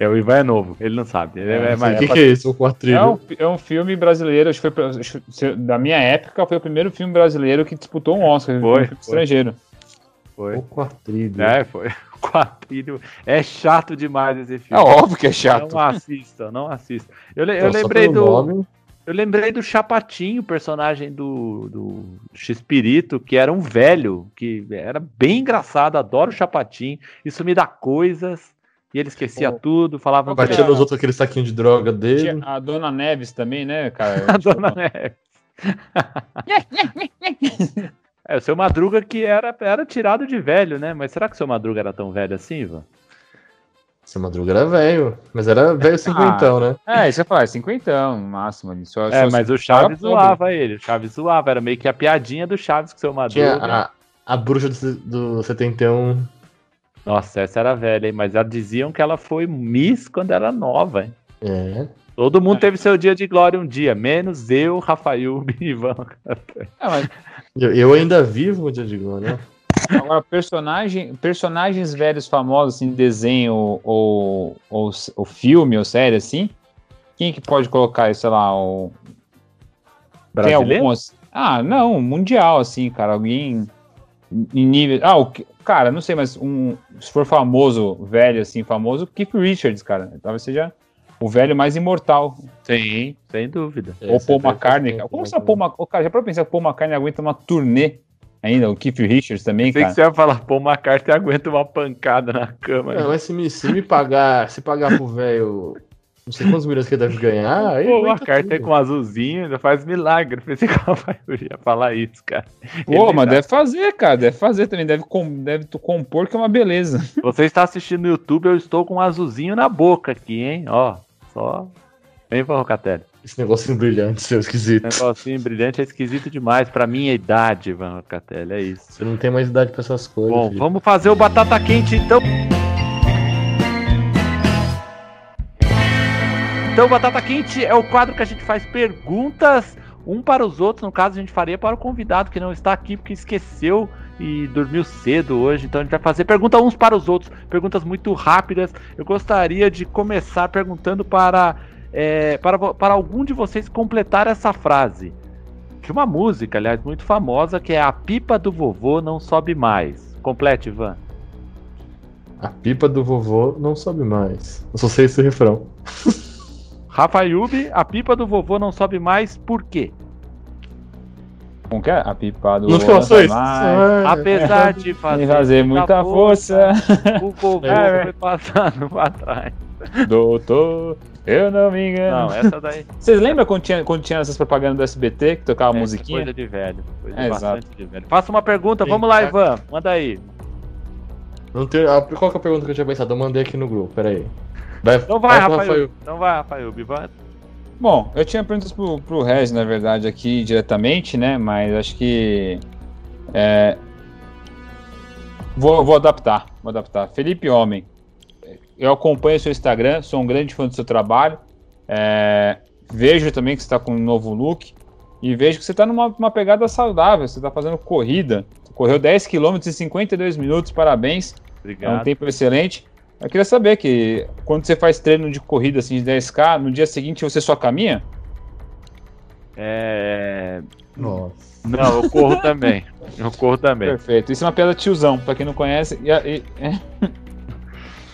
[SPEAKER 1] É, o Ivan é novo, ele não sabe. Ele é,
[SPEAKER 3] É,
[SPEAKER 1] mais-
[SPEAKER 2] o que, que é isso, o quatrilho?
[SPEAKER 3] É um, fi- é um filme brasileiro, acho que foi pra- acho que se- da minha época, foi o primeiro filme brasileiro que disputou um Oscar,
[SPEAKER 1] Foi,
[SPEAKER 3] um filme
[SPEAKER 1] foi.
[SPEAKER 3] estrangeiro.
[SPEAKER 1] foi.
[SPEAKER 2] O quatrilho.
[SPEAKER 1] É, foi. Quatrilho. É chato demais esse
[SPEAKER 3] É
[SPEAKER 1] filme.
[SPEAKER 3] óbvio que é chato.
[SPEAKER 1] Não assista, não assista. Eu, le- eu
[SPEAKER 2] Então, só
[SPEAKER 1] lembrei do.
[SPEAKER 2] pelo nome,
[SPEAKER 1] Eu lembrei do Chapatinho, personagem do, do X-Pirito, que era um velho, que era bem engraçado, adoro o Chapatinho. Isso me dá coisas. E ele esquecia
[SPEAKER 3] Pô.
[SPEAKER 1] tudo, falava.
[SPEAKER 2] batia
[SPEAKER 3] Tinha-
[SPEAKER 2] nos outros aquele saquinho de droga dele.
[SPEAKER 3] Tinha É A Dona Neves também, né, cara?
[SPEAKER 1] A dona Neve. É, o seu Madruga que era, era tirado de velho, né? Mas será que o seu Madruga era tão velho assim, Ivan?
[SPEAKER 2] Seu Madruga era velho, mas era velho cinquentão, né?
[SPEAKER 3] É, isso eu ia falar, é cinquentão no máximo. ali, Só,
[SPEAKER 1] É,
[SPEAKER 3] só-
[SPEAKER 1] mas o
[SPEAKER 3] Chaves
[SPEAKER 1] Chaves
[SPEAKER 3] zoava
[SPEAKER 1] zoava ele. O Chaves zoava, era meio que a piadinha do Chaves com o seu
[SPEAKER 2] Tinha ah.
[SPEAKER 1] Madruga.
[SPEAKER 2] a, a bruxa do, do 71.
[SPEAKER 1] Nossa, essa era velha, hein? Mas ela- diziam que ela foi Miss quando era nova, hein?
[SPEAKER 2] É.
[SPEAKER 1] Todo mundo teve seu dia de glória um dia, menos eu, Rafael e Ivan.
[SPEAKER 3] É, mas
[SPEAKER 2] Eu, eu ainda vivo o dia de Glória, né?
[SPEAKER 3] agora, personagem, personagens velhos famosos, assim, de desenho ou, ou, ou filme ou série, assim, quem que pode colocar, sei lá, o, Tem
[SPEAKER 1] Brasileiro?
[SPEAKER 3] algumas. Ah, não, mundial, assim, cara. Alguém em nível. Ah, o que- cara, não sei, mas um. Se for famoso, velho, assim, famoso, Keith Richards, cara. Talvez seja o velho mais imortal.
[SPEAKER 1] Sim, é sem dúvida.
[SPEAKER 3] ou Paul McCartney. cara.
[SPEAKER 2] né?
[SPEAKER 3] Como se a Paul McCartney. cara, já pra pensar que o Paul McCartney aguenta uma turnê ainda, o Keith Richards
[SPEAKER 1] Sei
[SPEAKER 3] também,
[SPEAKER 1] que
[SPEAKER 3] cara.
[SPEAKER 1] você ia falar, pô, uma carta e aguenta uma pancada na cama.
[SPEAKER 2] Não, mas se me, se me pagar, se pagar pro velho, não sei quantos milhões que ele deve ganhar, aí
[SPEAKER 1] Pô, uma
[SPEAKER 2] aguenta
[SPEAKER 1] carta
[SPEAKER 2] tudo.
[SPEAKER 1] com um azulzinho ainda faz milagre. Pensei que o Rafael ia falar isso, cara.
[SPEAKER 3] Pô,
[SPEAKER 1] Ele
[SPEAKER 3] mas
[SPEAKER 1] dá.
[SPEAKER 3] deve fazer, cara. Deve fazer também. Deve, com- deve tu compor, que é uma beleza.
[SPEAKER 1] Você está assistindo no YouTube, eu estou com um azulzinho na boca aqui, hein? Ó, só. Vem pra Rocatelli.
[SPEAKER 2] Esse negocinho brilhante, seu esquisito.
[SPEAKER 1] Negocinho brilhante é esquisito demais pra minha idade, Ivan Rocatelli. É isso.
[SPEAKER 2] Você não tem mais idade pra essas coisas.
[SPEAKER 1] Bom,
[SPEAKER 2] filho.
[SPEAKER 1] vamos fazer o batata quente então. Então, batata quente é o quadro que a gente faz perguntas um para os outros. No caso, a gente faria para o convidado que não está aqui porque esqueceu e dormiu cedo hoje. Então, a gente vai fazer pergunta uns para os outros, perguntas muito rápidas. Eu gostaria de começar perguntando para é, para, vo- para algum de vocês completar essa frase de uma música, aliás, muito famosa, que é A Pipa do Vovô Não Sobe Mais. Complete, Ivan.
[SPEAKER 2] A pipa do vovô não sobe mais. Eu só sei esse refrão.
[SPEAKER 1] Rafa Yubi, A Pipa do Vovô Não Sobe Mais, por quê?
[SPEAKER 3] Como que é? A pipa do
[SPEAKER 2] não
[SPEAKER 3] Lula
[SPEAKER 2] ficou só
[SPEAKER 3] vai
[SPEAKER 2] isso.
[SPEAKER 3] mais,
[SPEAKER 2] Ah,
[SPEAKER 1] Apesar de
[SPEAKER 3] Tem
[SPEAKER 1] fazer,
[SPEAKER 3] que fazer muita força.
[SPEAKER 1] o vovô
[SPEAKER 2] É,
[SPEAKER 1] foi passando pra trás.
[SPEAKER 3] Doutor, eu não me engano.
[SPEAKER 1] Não, essa daí
[SPEAKER 3] Vocês lembram quando tinha, quando tinha essas propagandas do SBT que tocava
[SPEAKER 1] é
[SPEAKER 3] musiquinha?
[SPEAKER 1] coisa de velho. Coisa
[SPEAKER 3] É,
[SPEAKER 1] bastante de velho. Faça uma pergunta,
[SPEAKER 2] Sim,
[SPEAKER 1] vamos lá,
[SPEAKER 2] tá.
[SPEAKER 1] Ivan. Manda aí.
[SPEAKER 2] Não tem, a- qual que é a pergunta que eu tinha pensado? Eu mandei aqui no grupo, peraí. Vai,
[SPEAKER 1] Não Então vai,
[SPEAKER 2] pro
[SPEAKER 1] Rafa
[SPEAKER 2] Rafael.
[SPEAKER 1] Yubi. Não vai, Rafa Yubi. Vai.
[SPEAKER 3] Bom, eu tinha perguntas pro, pro Regis, na verdade, aqui diretamente, né? Mas acho que. é, vou, vou adaptar. Vou adaptar. Felipe Homem, eu acompanho seu Instagram, sou um grande fã do seu trabalho. é, vejo também que você está com um novo look. E vejo que você está numa numa pegada saudável, você está fazendo corrida. Correu 10 km em 52 minutos, parabéns. É um
[SPEAKER 1] Obrigado.
[SPEAKER 3] tempo excelente. Eu queria saber que quando você faz treino de corrida assim de 10K, no dia seguinte você só caminha?
[SPEAKER 1] É...
[SPEAKER 2] Nossa.
[SPEAKER 1] Não, eu corro também. Eu corro também.
[SPEAKER 3] Perfeito. Isso é uma piada tiozão, pra quem não conhece. E, a- e- é.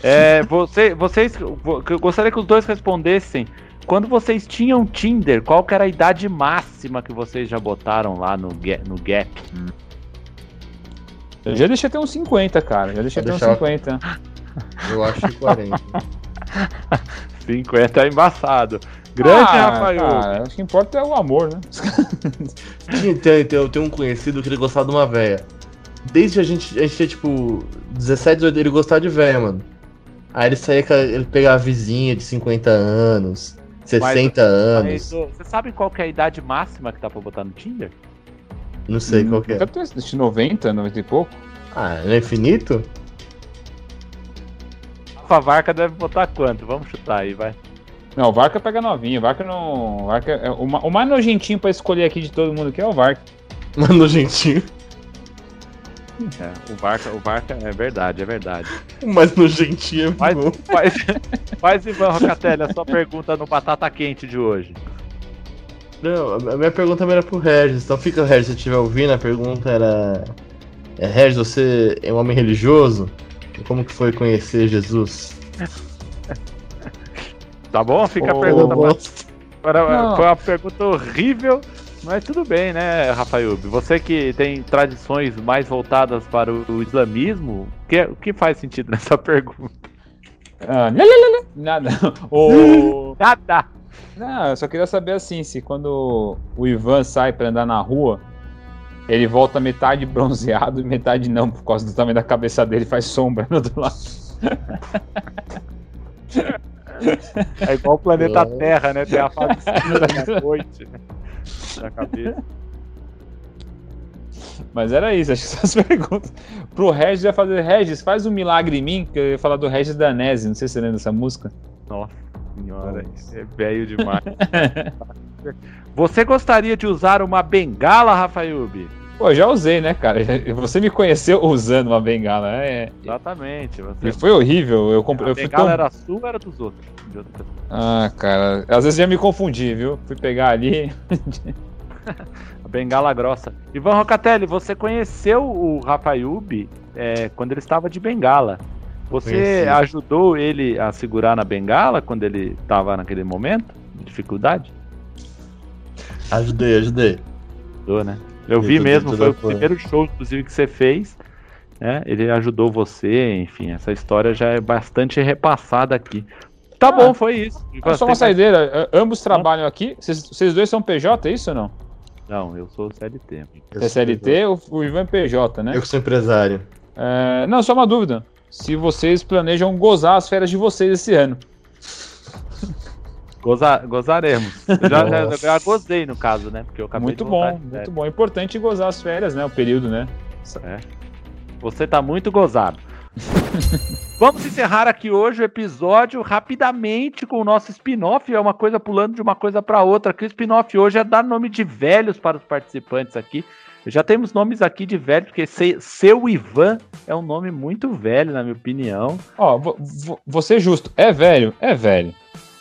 [SPEAKER 1] É, você- vocês. vo- Eu gostaria que os dois respondessem. Quando vocês tinham Tinder, qual que era a idade máxima que vocês já botaram lá no, ga- no Gap?
[SPEAKER 3] Eu já deixei até uns 50, cara. Já deixei
[SPEAKER 2] Vou
[SPEAKER 3] até uns
[SPEAKER 2] deixar.
[SPEAKER 3] 50.
[SPEAKER 2] Eu acho que 40.
[SPEAKER 1] 50 é embaçado. Grande,
[SPEAKER 3] Ah,
[SPEAKER 1] Rafael.
[SPEAKER 3] cara, o que importa é o amor, né?
[SPEAKER 2] Tinha- tem, tem, tem um conhecido que ele gostava de uma véia. Desde a gente, a gente tinha, tipo, 17, 18, ele gostava de véia, mano. Aí ele saía, com a- ele pegava a vizinha de 50 anos, 60
[SPEAKER 1] Mas,
[SPEAKER 2] anos,
[SPEAKER 1] ô, você sabe qual que é a idade máxima que dá pra botar no Tinder?
[SPEAKER 2] não sei qual que é.
[SPEAKER 1] Uhum.
[SPEAKER 3] Até tu de 90, 90 e pouco.
[SPEAKER 2] Ah, não é infinito?
[SPEAKER 1] Rafa Varca deve botar quanto? Vamos chutar aí, vai.
[SPEAKER 3] Não, o Varca pega novinho. O Varca não. O, Varca é o, ma- o mais nojentinho pra escolher aqui de todo mundo aqui é o Varca.
[SPEAKER 2] Mano, gentinho.
[SPEAKER 1] É, o Barca, o Barca é verdade, é verdade.
[SPEAKER 2] Mas nojentinho é muito
[SPEAKER 1] Mas-
[SPEAKER 2] bom.
[SPEAKER 1] Faz, faz Ivan Rocatelli a sua pergunta no Batata Quente de hoje.
[SPEAKER 2] Não, a minha pergunta também era pro Regis. Então fica, Regis, se estiver ouvindo, a pergunta era. É, Regis, você é um homem religioso? Como que foi conhecer Jesus?
[SPEAKER 1] Tá bom? Fica a
[SPEAKER 3] Ô,
[SPEAKER 1] pergunta.
[SPEAKER 2] Ô,
[SPEAKER 1] pra- pra-
[SPEAKER 3] Não.
[SPEAKER 1] foi uma pergunta horrível, mas tudo bem, né, Rafael? Você que tem tradições mais voltadas para o, o islamismo, o que, o que faz sentido nessa pergunta?
[SPEAKER 3] Ah, lá, lá, lá, lá. Nada. O...
[SPEAKER 1] Nada!
[SPEAKER 3] Não, eu só queria saber assim, se quando o Ivan sai pra andar na rua, ele volta metade bronzeado e metade não, por causa do tamanho da cabeça dele, faz sombra no outro lado.
[SPEAKER 1] É igual o planeta
[SPEAKER 2] Não.
[SPEAKER 1] Terra, né? Tem a fase escura da noite, né? Na cabeça.
[SPEAKER 3] Mas era isso, acho que essas perguntas. Pro Regis ia fazer, Regis, faz um milagre em mim, que eu ia falar do Regis Danese, não sei se você lembra dessa música.
[SPEAKER 1] Nossa senhora, isso é velho demais. Você gostaria de usar uma bengala, Rafaiubi?
[SPEAKER 3] Pô, eu já usei, né, cara? Você me conheceu usando uma bengala. É,
[SPEAKER 1] Exatamente. Você...
[SPEAKER 3] e foi horrível. Eu, comprei,
[SPEAKER 1] A
[SPEAKER 3] eu fui tão
[SPEAKER 1] bengala era sua ou era dos outros? De outra pessoa.
[SPEAKER 3] Ah, cara, às vezes já me confundi, viu? Fui pegar ali.
[SPEAKER 1] A bengala grossa. Ivan Rocatelli, você conheceu o Rafaiubi é, quando ele estava de bengala. Você
[SPEAKER 2] Conheci.
[SPEAKER 1] ajudou ele a segurar na bengala quando ele estava naquele momento de dificuldade?
[SPEAKER 2] Ajudei, ajudei.
[SPEAKER 1] Ajudou, né? Eu,
[SPEAKER 2] Eu
[SPEAKER 1] vi
[SPEAKER 2] tô
[SPEAKER 1] mesmo,
[SPEAKER 2] dentro
[SPEAKER 1] foi
[SPEAKER 2] da
[SPEAKER 1] o
[SPEAKER 2] plan.
[SPEAKER 1] primeiro show, inclusive, que você fez. né? Ele ajudou você, enfim, essa história já é bastante repassada aqui. Tá
[SPEAKER 3] Ah,
[SPEAKER 1] bom, foi isso. Ivan,
[SPEAKER 3] É só
[SPEAKER 1] tem
[SPEAKER 3] uma
[SPEAKER 1] mais-
[SPEAKER 3] saideira. a- Ambos trabalham aqui. Vocês vocês dois são PJ, é isso ou não?
[SPEAKER 1] Não, eu sou CLT.
[SPEAKER 2] Eu
[SPEAKER 3] Você é
[SPEAKER 2] sou
[SPEAKER 3] CLT, o, o Ivan é PJ, né?
[SPEAKER 2] Eu que sou empresário.
[SPEAKER 3] É, não, só uma dúvida. Se vocês planejam gozar as férias de vocês esse ano.
[SPEAKER 1] Goza- gozaremos. Eu já, já-
[SPEAKER 2] Nossa.
[SPEAKER 1] já gozei, no caso, né? Porque eu acabei de
[SPEAKER 3] muito bom,
[SPEAKER 1] voltar de
[SPEAKER 3] muito
[SPEAKER 1] férias.
[SPEAKER 3] bom. É importante gozar as férias, né? O período, né?
[SPEAKER 1] Você tá muito gozado. Vamos encerrar aqui hoje o episódio rapidamente com o nosso spin-off. É uma coisa pulando de uma coisa para outra. Aqui o spin-off hoje é dar nome de velhos para os participantes aqui. Já temos nomes aqui de velhos, porque se- seu Ivan é um nome muito velho, na minha opinião.
[SPEAKER 3] Ó, vo, vo, você justo. É velho? É velho.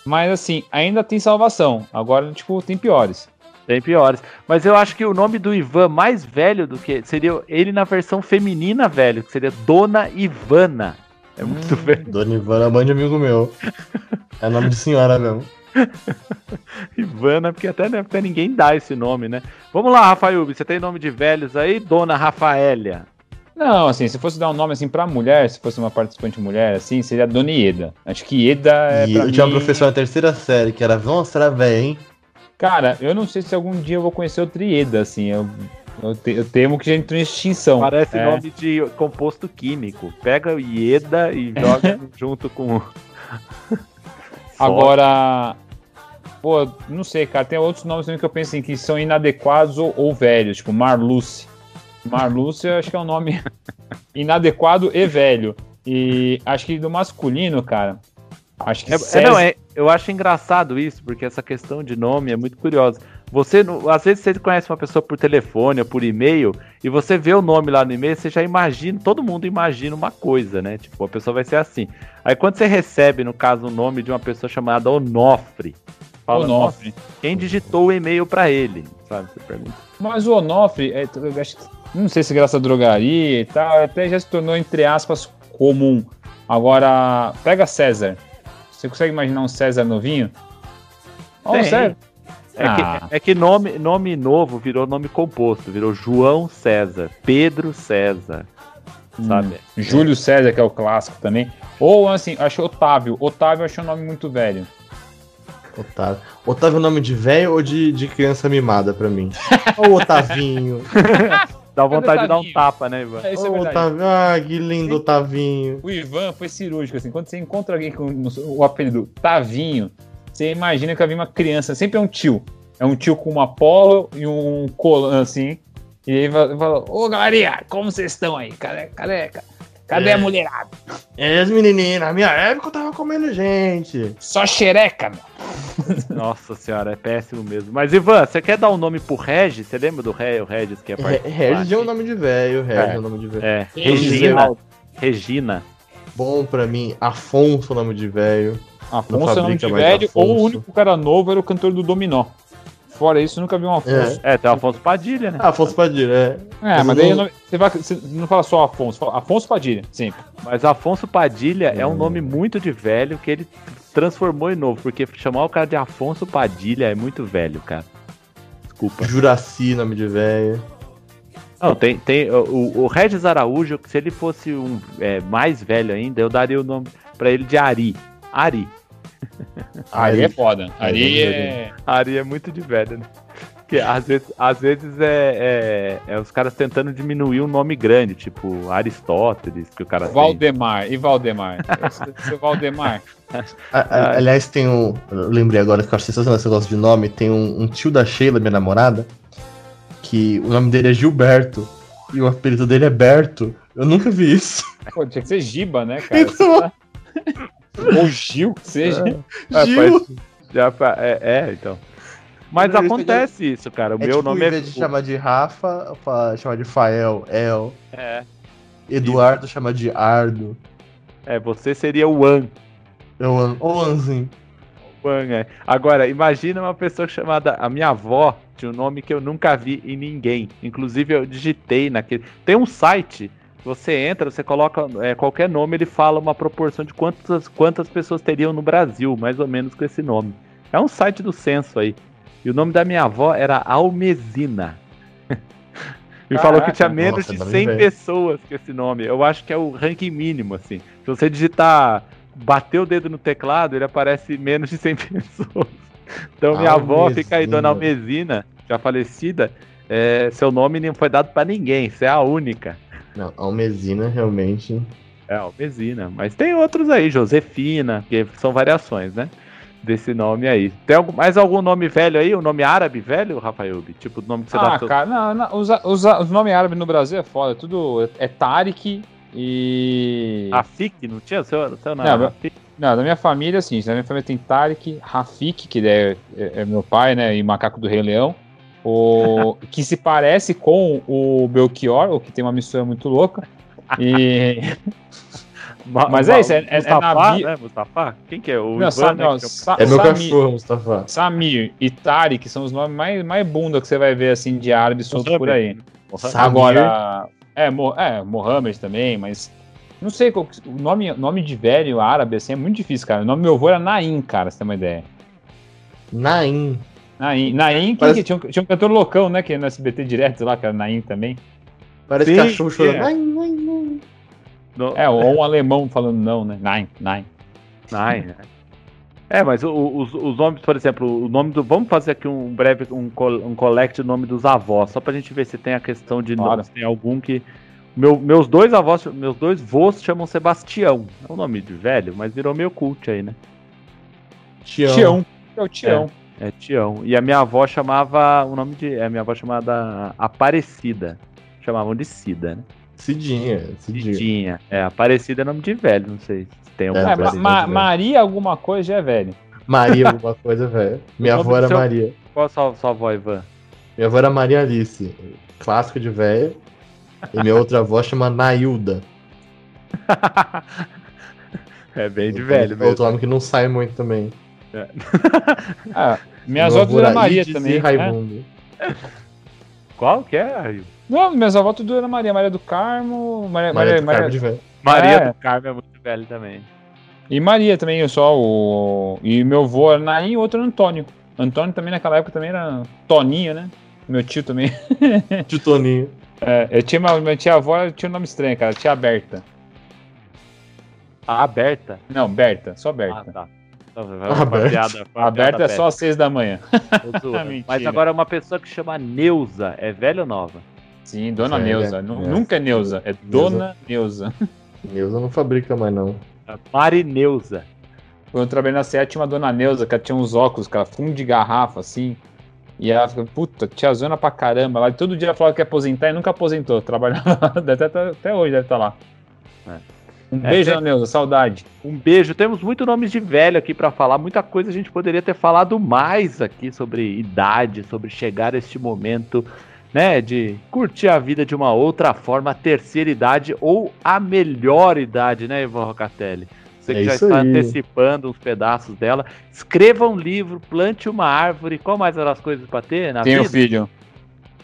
[SPEAKER 3] Mas assim, ainda tem salvação. Agora, tipo, tem piores.
[SPEAKER 1] Tem piores. Mas eu acho que o nome do Ivan mais velho do que seria ele na versão feminina velho, que seria Dona Ivana. É muito
[SPEAKER 3] Hum.
[SPEAKER 1] velho.
[SPEAKER 2] Dona Ivana é mãe de amigo meu. É nome de senhora mesmo.
[SPEAKER 1] Ivana, porque até, né, até ninguém dá esse nome, né? Vamos lá, Rafael, você tem nome de velhos aí? Dona Rafaélia.
[SPEAKER 3] Não, assim, se fosse dar um nome assim pra mulher, se fosse uma participante mulher, assim, seria Dona Ieda. Acho que Ieda é.
[SPEAKER 2] e
[SPEAKER 3] pra
[SPEAKER 2] eu tinha
[SPEAKER 3] mim-
[SPEAKER 2] uma professora na terceira série que era, nossa, era véia, hein?
[SPEAKER 3] Cara, eu não sei se algum dia eu vou conhecer outro Ieda, assim. Eu, eu, te- eu temo que já entrou em extinção.
[SPEAKER 1] Parece
[SPEAKER 3] É.
[SPEAKER 1] nome de composto químico. Pega o Ieda e joga junto com. o-
[SPEAKER 3] Agora. Pô, não sei, cara. Tem outros nomes também que eu penso em que são inadequados ou, ou velhos, tipo Marluce. Marluce eu acho que é um nome inadequado e velho. E acho que do masculino, cara. Acho que
[SPEAKER 1] É, é,
[SPEAKER 3] César-
[SPEAKER 1] não, é, eu acho engraçado isso, porque essa questão de nome é muito curiosa. Você, não- às vezes, você conhece uma pessoa por telefone ou por e-mail, e você vê o nome lá no e-mail, você já imagina, todo mundo imagina uma coisa, né? Tipo, a pessoa vai ser assim. Aí quando você recebe, no caso, o nome de uma pessoa chamada Onofre, fala, "Nossa,
[SPEAKER 3] Onofre.
[SPEAKER 1] quem digitou o e-mail pra ele? Sabe, você pergunta.
[SPEAKER 3] Mas o Onofre, é, eu acho que- não sei se graças à drogaria e tal, até já se tornou, entre aspas, comum. Agora, pega César. Você consegue imaginar um César novinho? Ó,
[SPEAKER 1] Tem.
[SPEAKER 3] um César.
[SPEAKER 1] É
[SPEAKER 3] Ah.
[SPEAKER 1] que, é que nome, nome novo virou nome composto, virou João César, Pedro César, sabe?
[SPEAKER 3] Júlio César, que é o clássico também. Ou assim, acho que Otávio. Otávio eu achei um nome muito velho.
[SPEAKER 2] Otávio. Otávio é nome de velho ou de, de criança mimada pra mim? Ô, Otavinho.
[SPEAKER 1] Dá
[SPEAKER 3] Cadê
[SPEAKER 1] vontade de dar um
[SPEAKER 3] Tavinho?
[SPEAKER 1] tapa, né, Ivan?
[SPEAKER 3] É, isso é
[SPEAKER 2] Ô,
[SPEAKER 3] verdade.
[SPEAKER 2] Otavinho. Ah, que lindo, Otavinho.
[SPEAKER 3] O Ivan foi cirúrgico, assim. Quando você encontra alguém com o apelido Tavinho, você imagina que havia uma criança, sempre é um tio. É um tio com uma polo e um colã, assim. E aí fa- fala, ô galerinha, como vocês estão aí? Cadê, cadê, cadê
[SPEAKER 2] É.
[SPEAKER 3] a mulherada?
[SPEAKER 2] É, as menininhas, na minha época eu tava comendo gente.
[SPEAKER 3] Só xereca, meu.
[SPEAKER 1] Nossa senhora, é péssimo mesmo. Mas Ivan, você quer dar um nome pro Regis? Você lembra do Ré, o Regis que é
[SPEAKER 2] Re-
[SPEAKER 1] participante?
[SPEAKER 2] Regis é um nome de velho, Regis é, um nome de velho.
[SPEAKER 1] É,
[SPEAKER 2] Regina.
[SPEAKER 1] Regina. Regina.
[SPEAKER 2] Bom pra mim, Afonso é um nome de velho.
[SPEAKER 3] Afonso é o nome
[SPEAKER 2] Fabrica
[SPEAKER 3] de
[SPEAKER 2] mais
[SPEAKER 3] velho, ou o
[SPEAKER 2] Afonso.
[SPEAKER 3] único cara novo era o cantor do Dominó. Fora isso, nunca vi um Afonso.
[SPEAKER 1] É, tem o Afonso Padilha, né?
[SPEAKER 2] Ah, Afonso Padilha, é.
[SPEAKER 3] É,
[SPEAKER 2] Mas
[SPEAKER 3] mas daí
[SPEAKER 2] não-
[SPEAKER 3] o nome- você, vai, você não fala só Afonso, fala Afonso Padilha, sempre.
[SPEAKER 1] Mas Afonso Padilha
[SPEAKER 2] Hum.
[SPEAKER 1] é um nome muito de velho que ele transformou em novo, porque chamar o cara de Afonso Padilha é muito velho, cara. Desculpa.
[SPEAKER 2] Juraci, nome de velho.
[SPEAKER 1] Não, tem, tem o, o Regis Araújo, se ele fosse um é, mais velho ainda, eu daria o nome pra ele de Ari. Ari. Ah,
[SPEAKER 3] Aí é foda. Aí é.
[SPEAKER 1] Ari é muito de velho, né? Porque às vezes, às vezes é, é, é os caras tentando diminuir um nome grande, tipo Aristóteles, que o cara tem.
[SPEAKER 3] Valdemar, e Valdemar? Esse- esse Valdemar.
[SPEAKER 1] é- Ah.
[SPEAKER 2] A- a- aliás, tem um. eu Lembrei agora que eu acho sensacional esse negócio de nome. Tem um, um tio da Sheila, minha namorada, que o nome dele é Gilberto. E o apelido dele é Berto. Eu nunca vi isso.
[SPEAKER 3] Pô, tinha que ser Giba, né, cara?
[SPEAKER 2] Então-
[SPEAKER 3] Ou Gil, que seja.
[SPEAKER 1] É,
[SPEAKER 2] Gil.
[SPEAKER 1] faz- já fa- é, é, então. Mas
[SPEAKER 2] Não, isso
[SPEAKER 1] acontece isso, cara. O
[SPEAKER 2] É
[SPEAKER 1] meu
[SPEAKER 2] tipo,
[SPEAKER 1] nome
[SPEAKER 2] em vez
[SPEAKER 1] é.
[SPEAKER 2] de chamar de Rafa, fa- chamar de Fael, El.
[SPEAKER 1] É,
[SPEAKER 2] Eduardo chama de Ardo.
[SPEAKER 1] é, você seria o An.
[SPEAKER 2] Eu amo. Ô, Anzinho.
[SPEAKER 1] Juan, é. Agora, imagina uma pessoa chamada. A minha avó tinha um nome que eu nunca vi em ninguém. Inclusive, eu digitei naquele. Tem um site. Você entra, você coloca é, qualquer nome, ele fala uma proporção de quantas, quantas pessoas teriam no Brasil, mais ou menos com esse nome. É um site do censo aí. E o nome da minha avó era Almezina. E falou que
[SPEAKER 3] Caraca.
[SPEAKER 1] tinha menos
[SPEAKER 2] Nossa,
[SPEAKER 1] de
[SPEAKER 2] nome
[SPEAKER 1] 100
[SPEAKER 2] velho.
[SPEAKER 1] pessoas com esse nome. Eu acho que é o ranking mínimo, assim. Se você digitar, bater o dedo no teclado, ele aparece menos de 100 pessoas. Então minha avó fica aí, dona Almezina, já falecida. é, seu nome não foi dado pra ninguém, você é a única.
[SPEAKER 2] Não, Almezina realmente.
[SPEAKER 1] É, Almezina. Mas tem outros aí, Josefina, que são variações, né? Desse nome aí. Tem algum- mais algum nome velho aí? Um nome árabe velho, Rafael? Tipo, o nome que você dá
[SPEAKER 3] Ah,
[SPEAKER 1] pro seu-
[SPEAKER 3] cara, não, não, os, os, os nomes árabes no Brasil é foda. Tudo é Tariq e.
[SPEAKER 1] Afik, não tinha? Seu, seu nome?
[SPEAKER 3] Não, meu-
[SPEAKER 1] Afik?
[SPEAKER 3] Não, na minha família, assim, na minha família tem Tarek, Rafik, que é, é- é meu pai, né, e Macaco do Rei Leão, o, que se parece com o Belchior, o que tem uma mistura muito louca, e...
[SPEAKER 1] Ma-
[SPEAKER 3] Mas
[SPEAKER 1] Ma-
[SPEAKER 3] é isso, é- é- é na
[SPEAKER 1] Mustafa,
[SPEAKER 3] bi-
[SPEAKER 1] né? Mustafa? Quem que é? O
[SPEAKER 3] Não,
[SPEAKER 1] Ivan,
[SPEAKER 3] Sa-
[SPEAKER 1] né?
[SPEAKER 3] não,
[SPEAKER 1] que é o-
[SPEAKER 3] Sa-
[SPEAKER 2] É meu
[SPEAKER 3] Ah, Samir,
[SPEAKER 2] cachorro, Mustafa.
[SPEAKER 3] Samir e Tarek são os nomes mais, mais bunda que você vai ver, assim, de árabe solto por aí.
[SPEAKER 1] Mohamed.
[SPEAKER 2] Samir.
[SPEAKER 3] Agora, é, Mo- é, Mohamed também, mas... Não sei, qual que- o nome, nome de velho árabe, assim, é muito difícil, cara. O nome do meu avô era Naim, cara, você tem uma ideia.
[SPEAKER 2] Naim.
[SPEAKER 3] Naim, Naim que,
[SPEAKER 2] Parece-
[SPEAKER 3] que tinha, um, tinha um cantor loucão, né? Que era no SBT direto lá, que era Naim também.
[SPEAKER 2] Parece
[SPEAKER 1] Sim,
[SPEAKER 2] cachorro
[SPEAKER 1] sim,
[SPEAKER 2] chorando.
[SPEAKER 1] é.
[SPEAKER 2] Naim, naim, naim.
[SPEAKER 1] No-
[SPEAKER 3] É, ou um alemão falando não, né? Naim, Naim.
[SPEAKER 1] Ai, né? É, mas o- o- os, os nomes, por exemplo, o nome do. Vamos fazer aqui um breve, um, col- um collect nome dos avós, só pra gente ver se tem a questão de
[SPEAKER 3] Claro.
[SPEAKER 1] nome, se tem algum que. Meu- meus dois avós, meus dois vôs chamam Sebastião. É um nome de velho, mas virou meio cult aí, né?
[SPEAKER 2] Tião.
[SPEAKER 3] É o Tião.
[SPEAKER 1] É Tião. E a minha avó chamava. O nome de. é, A minha avó chamada Aparecida. Chamavam de Cida, né?
[SPEAKER 2] Cidinha. Cidinha.
[SPEAKER 1] Cidinha. É, Aparecida é nome de velho, não sei se tem alguma
[SPEAKER 2] É,
[SPEAKER 3] É,
[SPEAKER 1] coisa.
[SPEAKER 3] ma-
[SPEAKER 1] aí.
[SPEAKER 3] ma-
[SPEAKER 2] velho.
[SPEAKER 3] Maria alguma coisa já é velho.
[SPEAKER 2] Maria, alguma coisa, velho. Minha
[SPEAKER 1] nome
[SPEAKER 2] avó
[SPEAKER 1] do
[SPEAKER 2] era
[SPEAKER 1] seu-
[SPEAKER 2] Maria.
[SPEAKER 1] Qual a sua, sua avó, Ivan?
[SPEAKER 2] Minha avó era Maria Alice. Clássico de velha. E minha outra avó chama Nailda.
[SPEAKER 1] é bem de velho mesmo.
[SPEAKER 2] Outro nome que não sai muito também.
[SPEAKER 3] Ah, minhas
[SPEAKER 2] Meu
[SPEAKER 3] avós
[SPEAKER 2] avô
[SPEAKER 3] tudo era Maria
[SPEAKER 2] Ides
[SPEAKER 3] também.
[SPEAKER 2] E
[SPEAKER 3] Né?
[SPEAKER 2] Raimundo.
[SPEAKER 1] Qual que é? Ari?
[SPEAKER 3] Não, minhas avós tudo era Maria. Maria do Carmo, Maria,
[SPEAKER 2] Maria,
[SPEAKER 3] É, Maria,
[SPEAKER 2] do
[SPEAKER 3] Maria-
[SPEAKER 2] Carmo de velho.
[SPEAKER 1] Maria
[SPEAKER 3] É.
[SPEAKER 1] do Carmo é muito velho também.
[SPEAKER 3] E Maria também, só o. E meu avô era Naim e outro era Antônio. Antônio também naquela época também era Toninho, né? Meu tio também.
[SPEAKER 2] De Toninho.
[SPEAKER 3] É, eu tinha uma, minha tia avó ela tinha um nome estranho, cara. Tia Berta.
[SPEAKER 1] A Berta?
[SPEAKER 3] Não, Berta, só
[SPEAKER 1] Ah,
[SPEAKER 3] Berta.
[SPEAKER 1] tá.
[SPEAKER 2] A Berta.
[SPEAKER 3] Aberta é só às seis da manhã.
[SPEAKER 1] só.
[SPEAKER 3] Mentira.
[SPEAKER 1] Mas agora é uma pessoa que chama Neuza é velha ou nova?
[SPEAKER 3] Sim, Dona
[SPEAKER 2] Sério?
[SPEAKER 3] Neuza. Nu- Nunca é Neuza, é Dona Neuza.
[SPEAKER 2] Neuza não fabrica mais, não.
[SPEAKER 1] Marineuza.
[SPEAKER 3] Quando eu trabalhei na SEAT, tinha uma Dona Neuza, que ela tinha uns óculos, cara, fundo de garrafa, assim. E ela ficava, puta, tiazona pra caramba. Lá, E todo dia ela falava que ia aposentar e nunca aposentou. Trabalhava, até, até hoje deve estar lá. Um beijo,
[SPEAKER 1] é.
[SPEAKER 3] Neuza, saudade.
[SPEAKER 1] Um beijo. Temos muitos nomes de velho aqui pra falar. Muita coisa a gente poderia ter falado mais aqui sobre idade, sobre chegar a este momento, né? De curtir a vida de uma outra forma, a terceira idade ou a melhor idade, né, Ivan Rocatelli? Você que
[SPEAKER 2] É
[SPEAKER 1] já
[SPEAKER 2] isso
[SPEAKER 1] está
[SPEAKER 2] aí.
[SPEAKER 1] antecipando uns pedaços dela. Escreva um livro, plante uma árvore. Qual mais eram as coisas pra ter na
[SPEAKER 3] Tenho
[SPEAKER 1] vida?
[SPEAKER 3] um filho.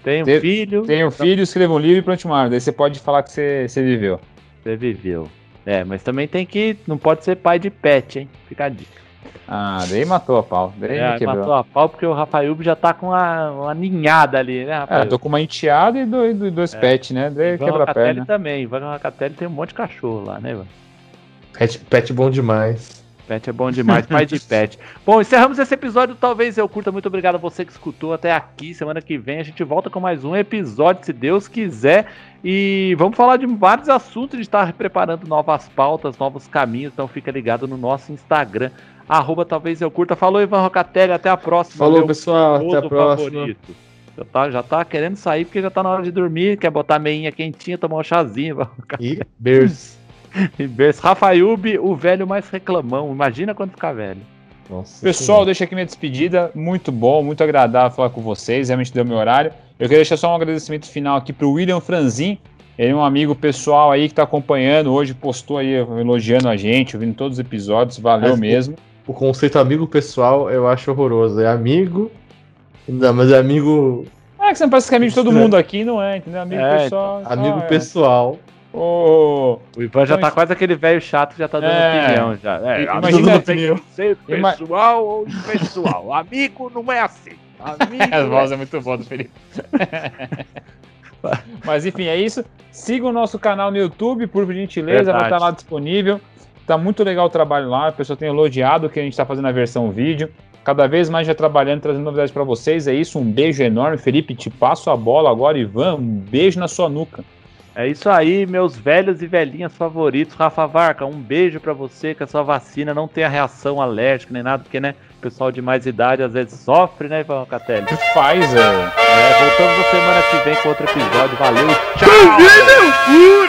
[SPEAKER 1] Tem um
[SPEAKER 3] Te-
[SPEAKER 1] filho,
[SPEAKER 3] Tenho filho, escreva um livro e plante uma árvore. Daí você pode falar que você, você viveu.
[SPEAKER 1] você viveu. É, mas também tem que. Não pode ser pai de pet, hein? Fica a dica.
[SPEAKER 3] Ah, daí matou a pau. Daí me
[SPEAKER 1] É,
[SPEAKER 3] quebrou.
[SPEAKER 1] matou a pau porque o Rafael já tá com uma, uma ninhada ali, né, Rafael?
[SPEAKER 3] Ah, tô com uma enteada e dois, dois-
[SPEAKER 1] É.
[SPEAKER 3] dois pets, né? Daí
[SPEAKER 1] Ivan
[SPEAKER 3] quebra a
[SPEAKER 1] Rocatelli
[SPEAKER 3] perna.
[SPEAKER 1] também. Ivan Rocatelli tem um monte de cachorro lá, né, Ivan?
[SPEAKER 2] Pet, pet bom demais.
[SPEAKER 1] Pet é bom demais, pai de pet. Bom, encerramos esse episódio. do Talvez eu curta. Muito obrigado a você que escutou até aqui. Semana que vem a gente volta com mais um episódio, se Deus quiser. E vamos falar de vários assuntos. A gente está preparando novas pautas, novos caminhos. Então fica ligado no nosso Instagram. Arroba Talvez eu curta. Falou, Ivan Rocatelli. Até a próxima.
[SPEAKER 2] Falou,
[SPEAKER 1] meu
[SPEAKER 2] pessoal. Até a
[SPEAKER 1] Todo
[SPEAKER 2] próxima.
[SPEAKER 1] favorito. Já tá, já tá querendo sair porque já tá na hora de dormir, quer botar a meinha quentinha, tomar um chazinho. vai ficar
[SPEAKER 2] E berço.
[SPEAKER 1] em berço. Rafaiube, o velho mais reclamão. Imagina quando ficar velho.
[SPEAKER 2] Nossa
[SPEAKER 3] Pessoal, deixa aqui minha despedida. Muito bom, muito agradável falar com vocês. Realmente deu meu horário. Eu queria deixar só um agradecimento final aqui pro William Franzin. Ele é um amigo pessoal aí que tá acompanhando. Hoje postou aí elogiando a gente, ouvindo todos os episódios. Valeu
[SPEAKER 2] Mas-
[SPEAKER 3] mesmo.
[SPEAKER 2] o conceito amigo pessoal eu acho horroroso. É amigo. Não, mas é amigo.
[SPEAKER 3] É que você não parece que é amigo de todo mundo aqui, não é, entendeu? Amigo
[SPEAKER 1] É,
[SPEAKER 3] pessoal. só
[SPEAKER 2] Amigo
[SPEAKER 3] é.
[SPEAKER 2] pessoal.
[SPEAKER 3] Ô,
[SPEAKER 1] O Ivan já
[SPEAKER 3] Então,
[SPEAKER 1] tá quase aquele velho chato que já tá dando
[SPEAKER 3] É.
[SPEAKER 1] opinião já. É,
[SPEAKER 3] I-
[SPEAKER 1] amigo
[SPEAKER 3] imagina-
[SPEAKER 1] não tem que ser
[SPEAKER 3] Ima-
[SPEAKER 1] pessoal ou impessoal. Amigo não é assim. Amigo
[SPEAKER 3] A
[SPEAKER 1] é
[SPEAKER 3] voz é muito boa do Felipe. Mas enfim, é isso. Siga o nosso canal no YouTube, por gentileza,
[SPEAKER 1] Verdade.
[SPEAKER 3] vai estar lá disponível. Tá muito legal o trabalho lá, a pessoa tem elogiado o que a gente tá fazendo na versão vídeo. Cada vez mais já trabalhando, trazendo novidades para vocês. É isso, um beijo enorme. Felipe, te passo a bola agora, Ivan. Um beijo na sua nuca.
[SPEAKER 1] É isso aí, meus velhos e velhinhas favoritos. Rafa Varca, um beijo pra você que a sua vacina não tenha reação alérgica nem nada, porque, né, o pessoal de mais idade às vezes sofre, né, Ivan Catelli?
[SPEAKER 3] Pfizer.
[SPEAKER 1] É, voltamos na semana que vem com outro episódio. Valeu, tchau!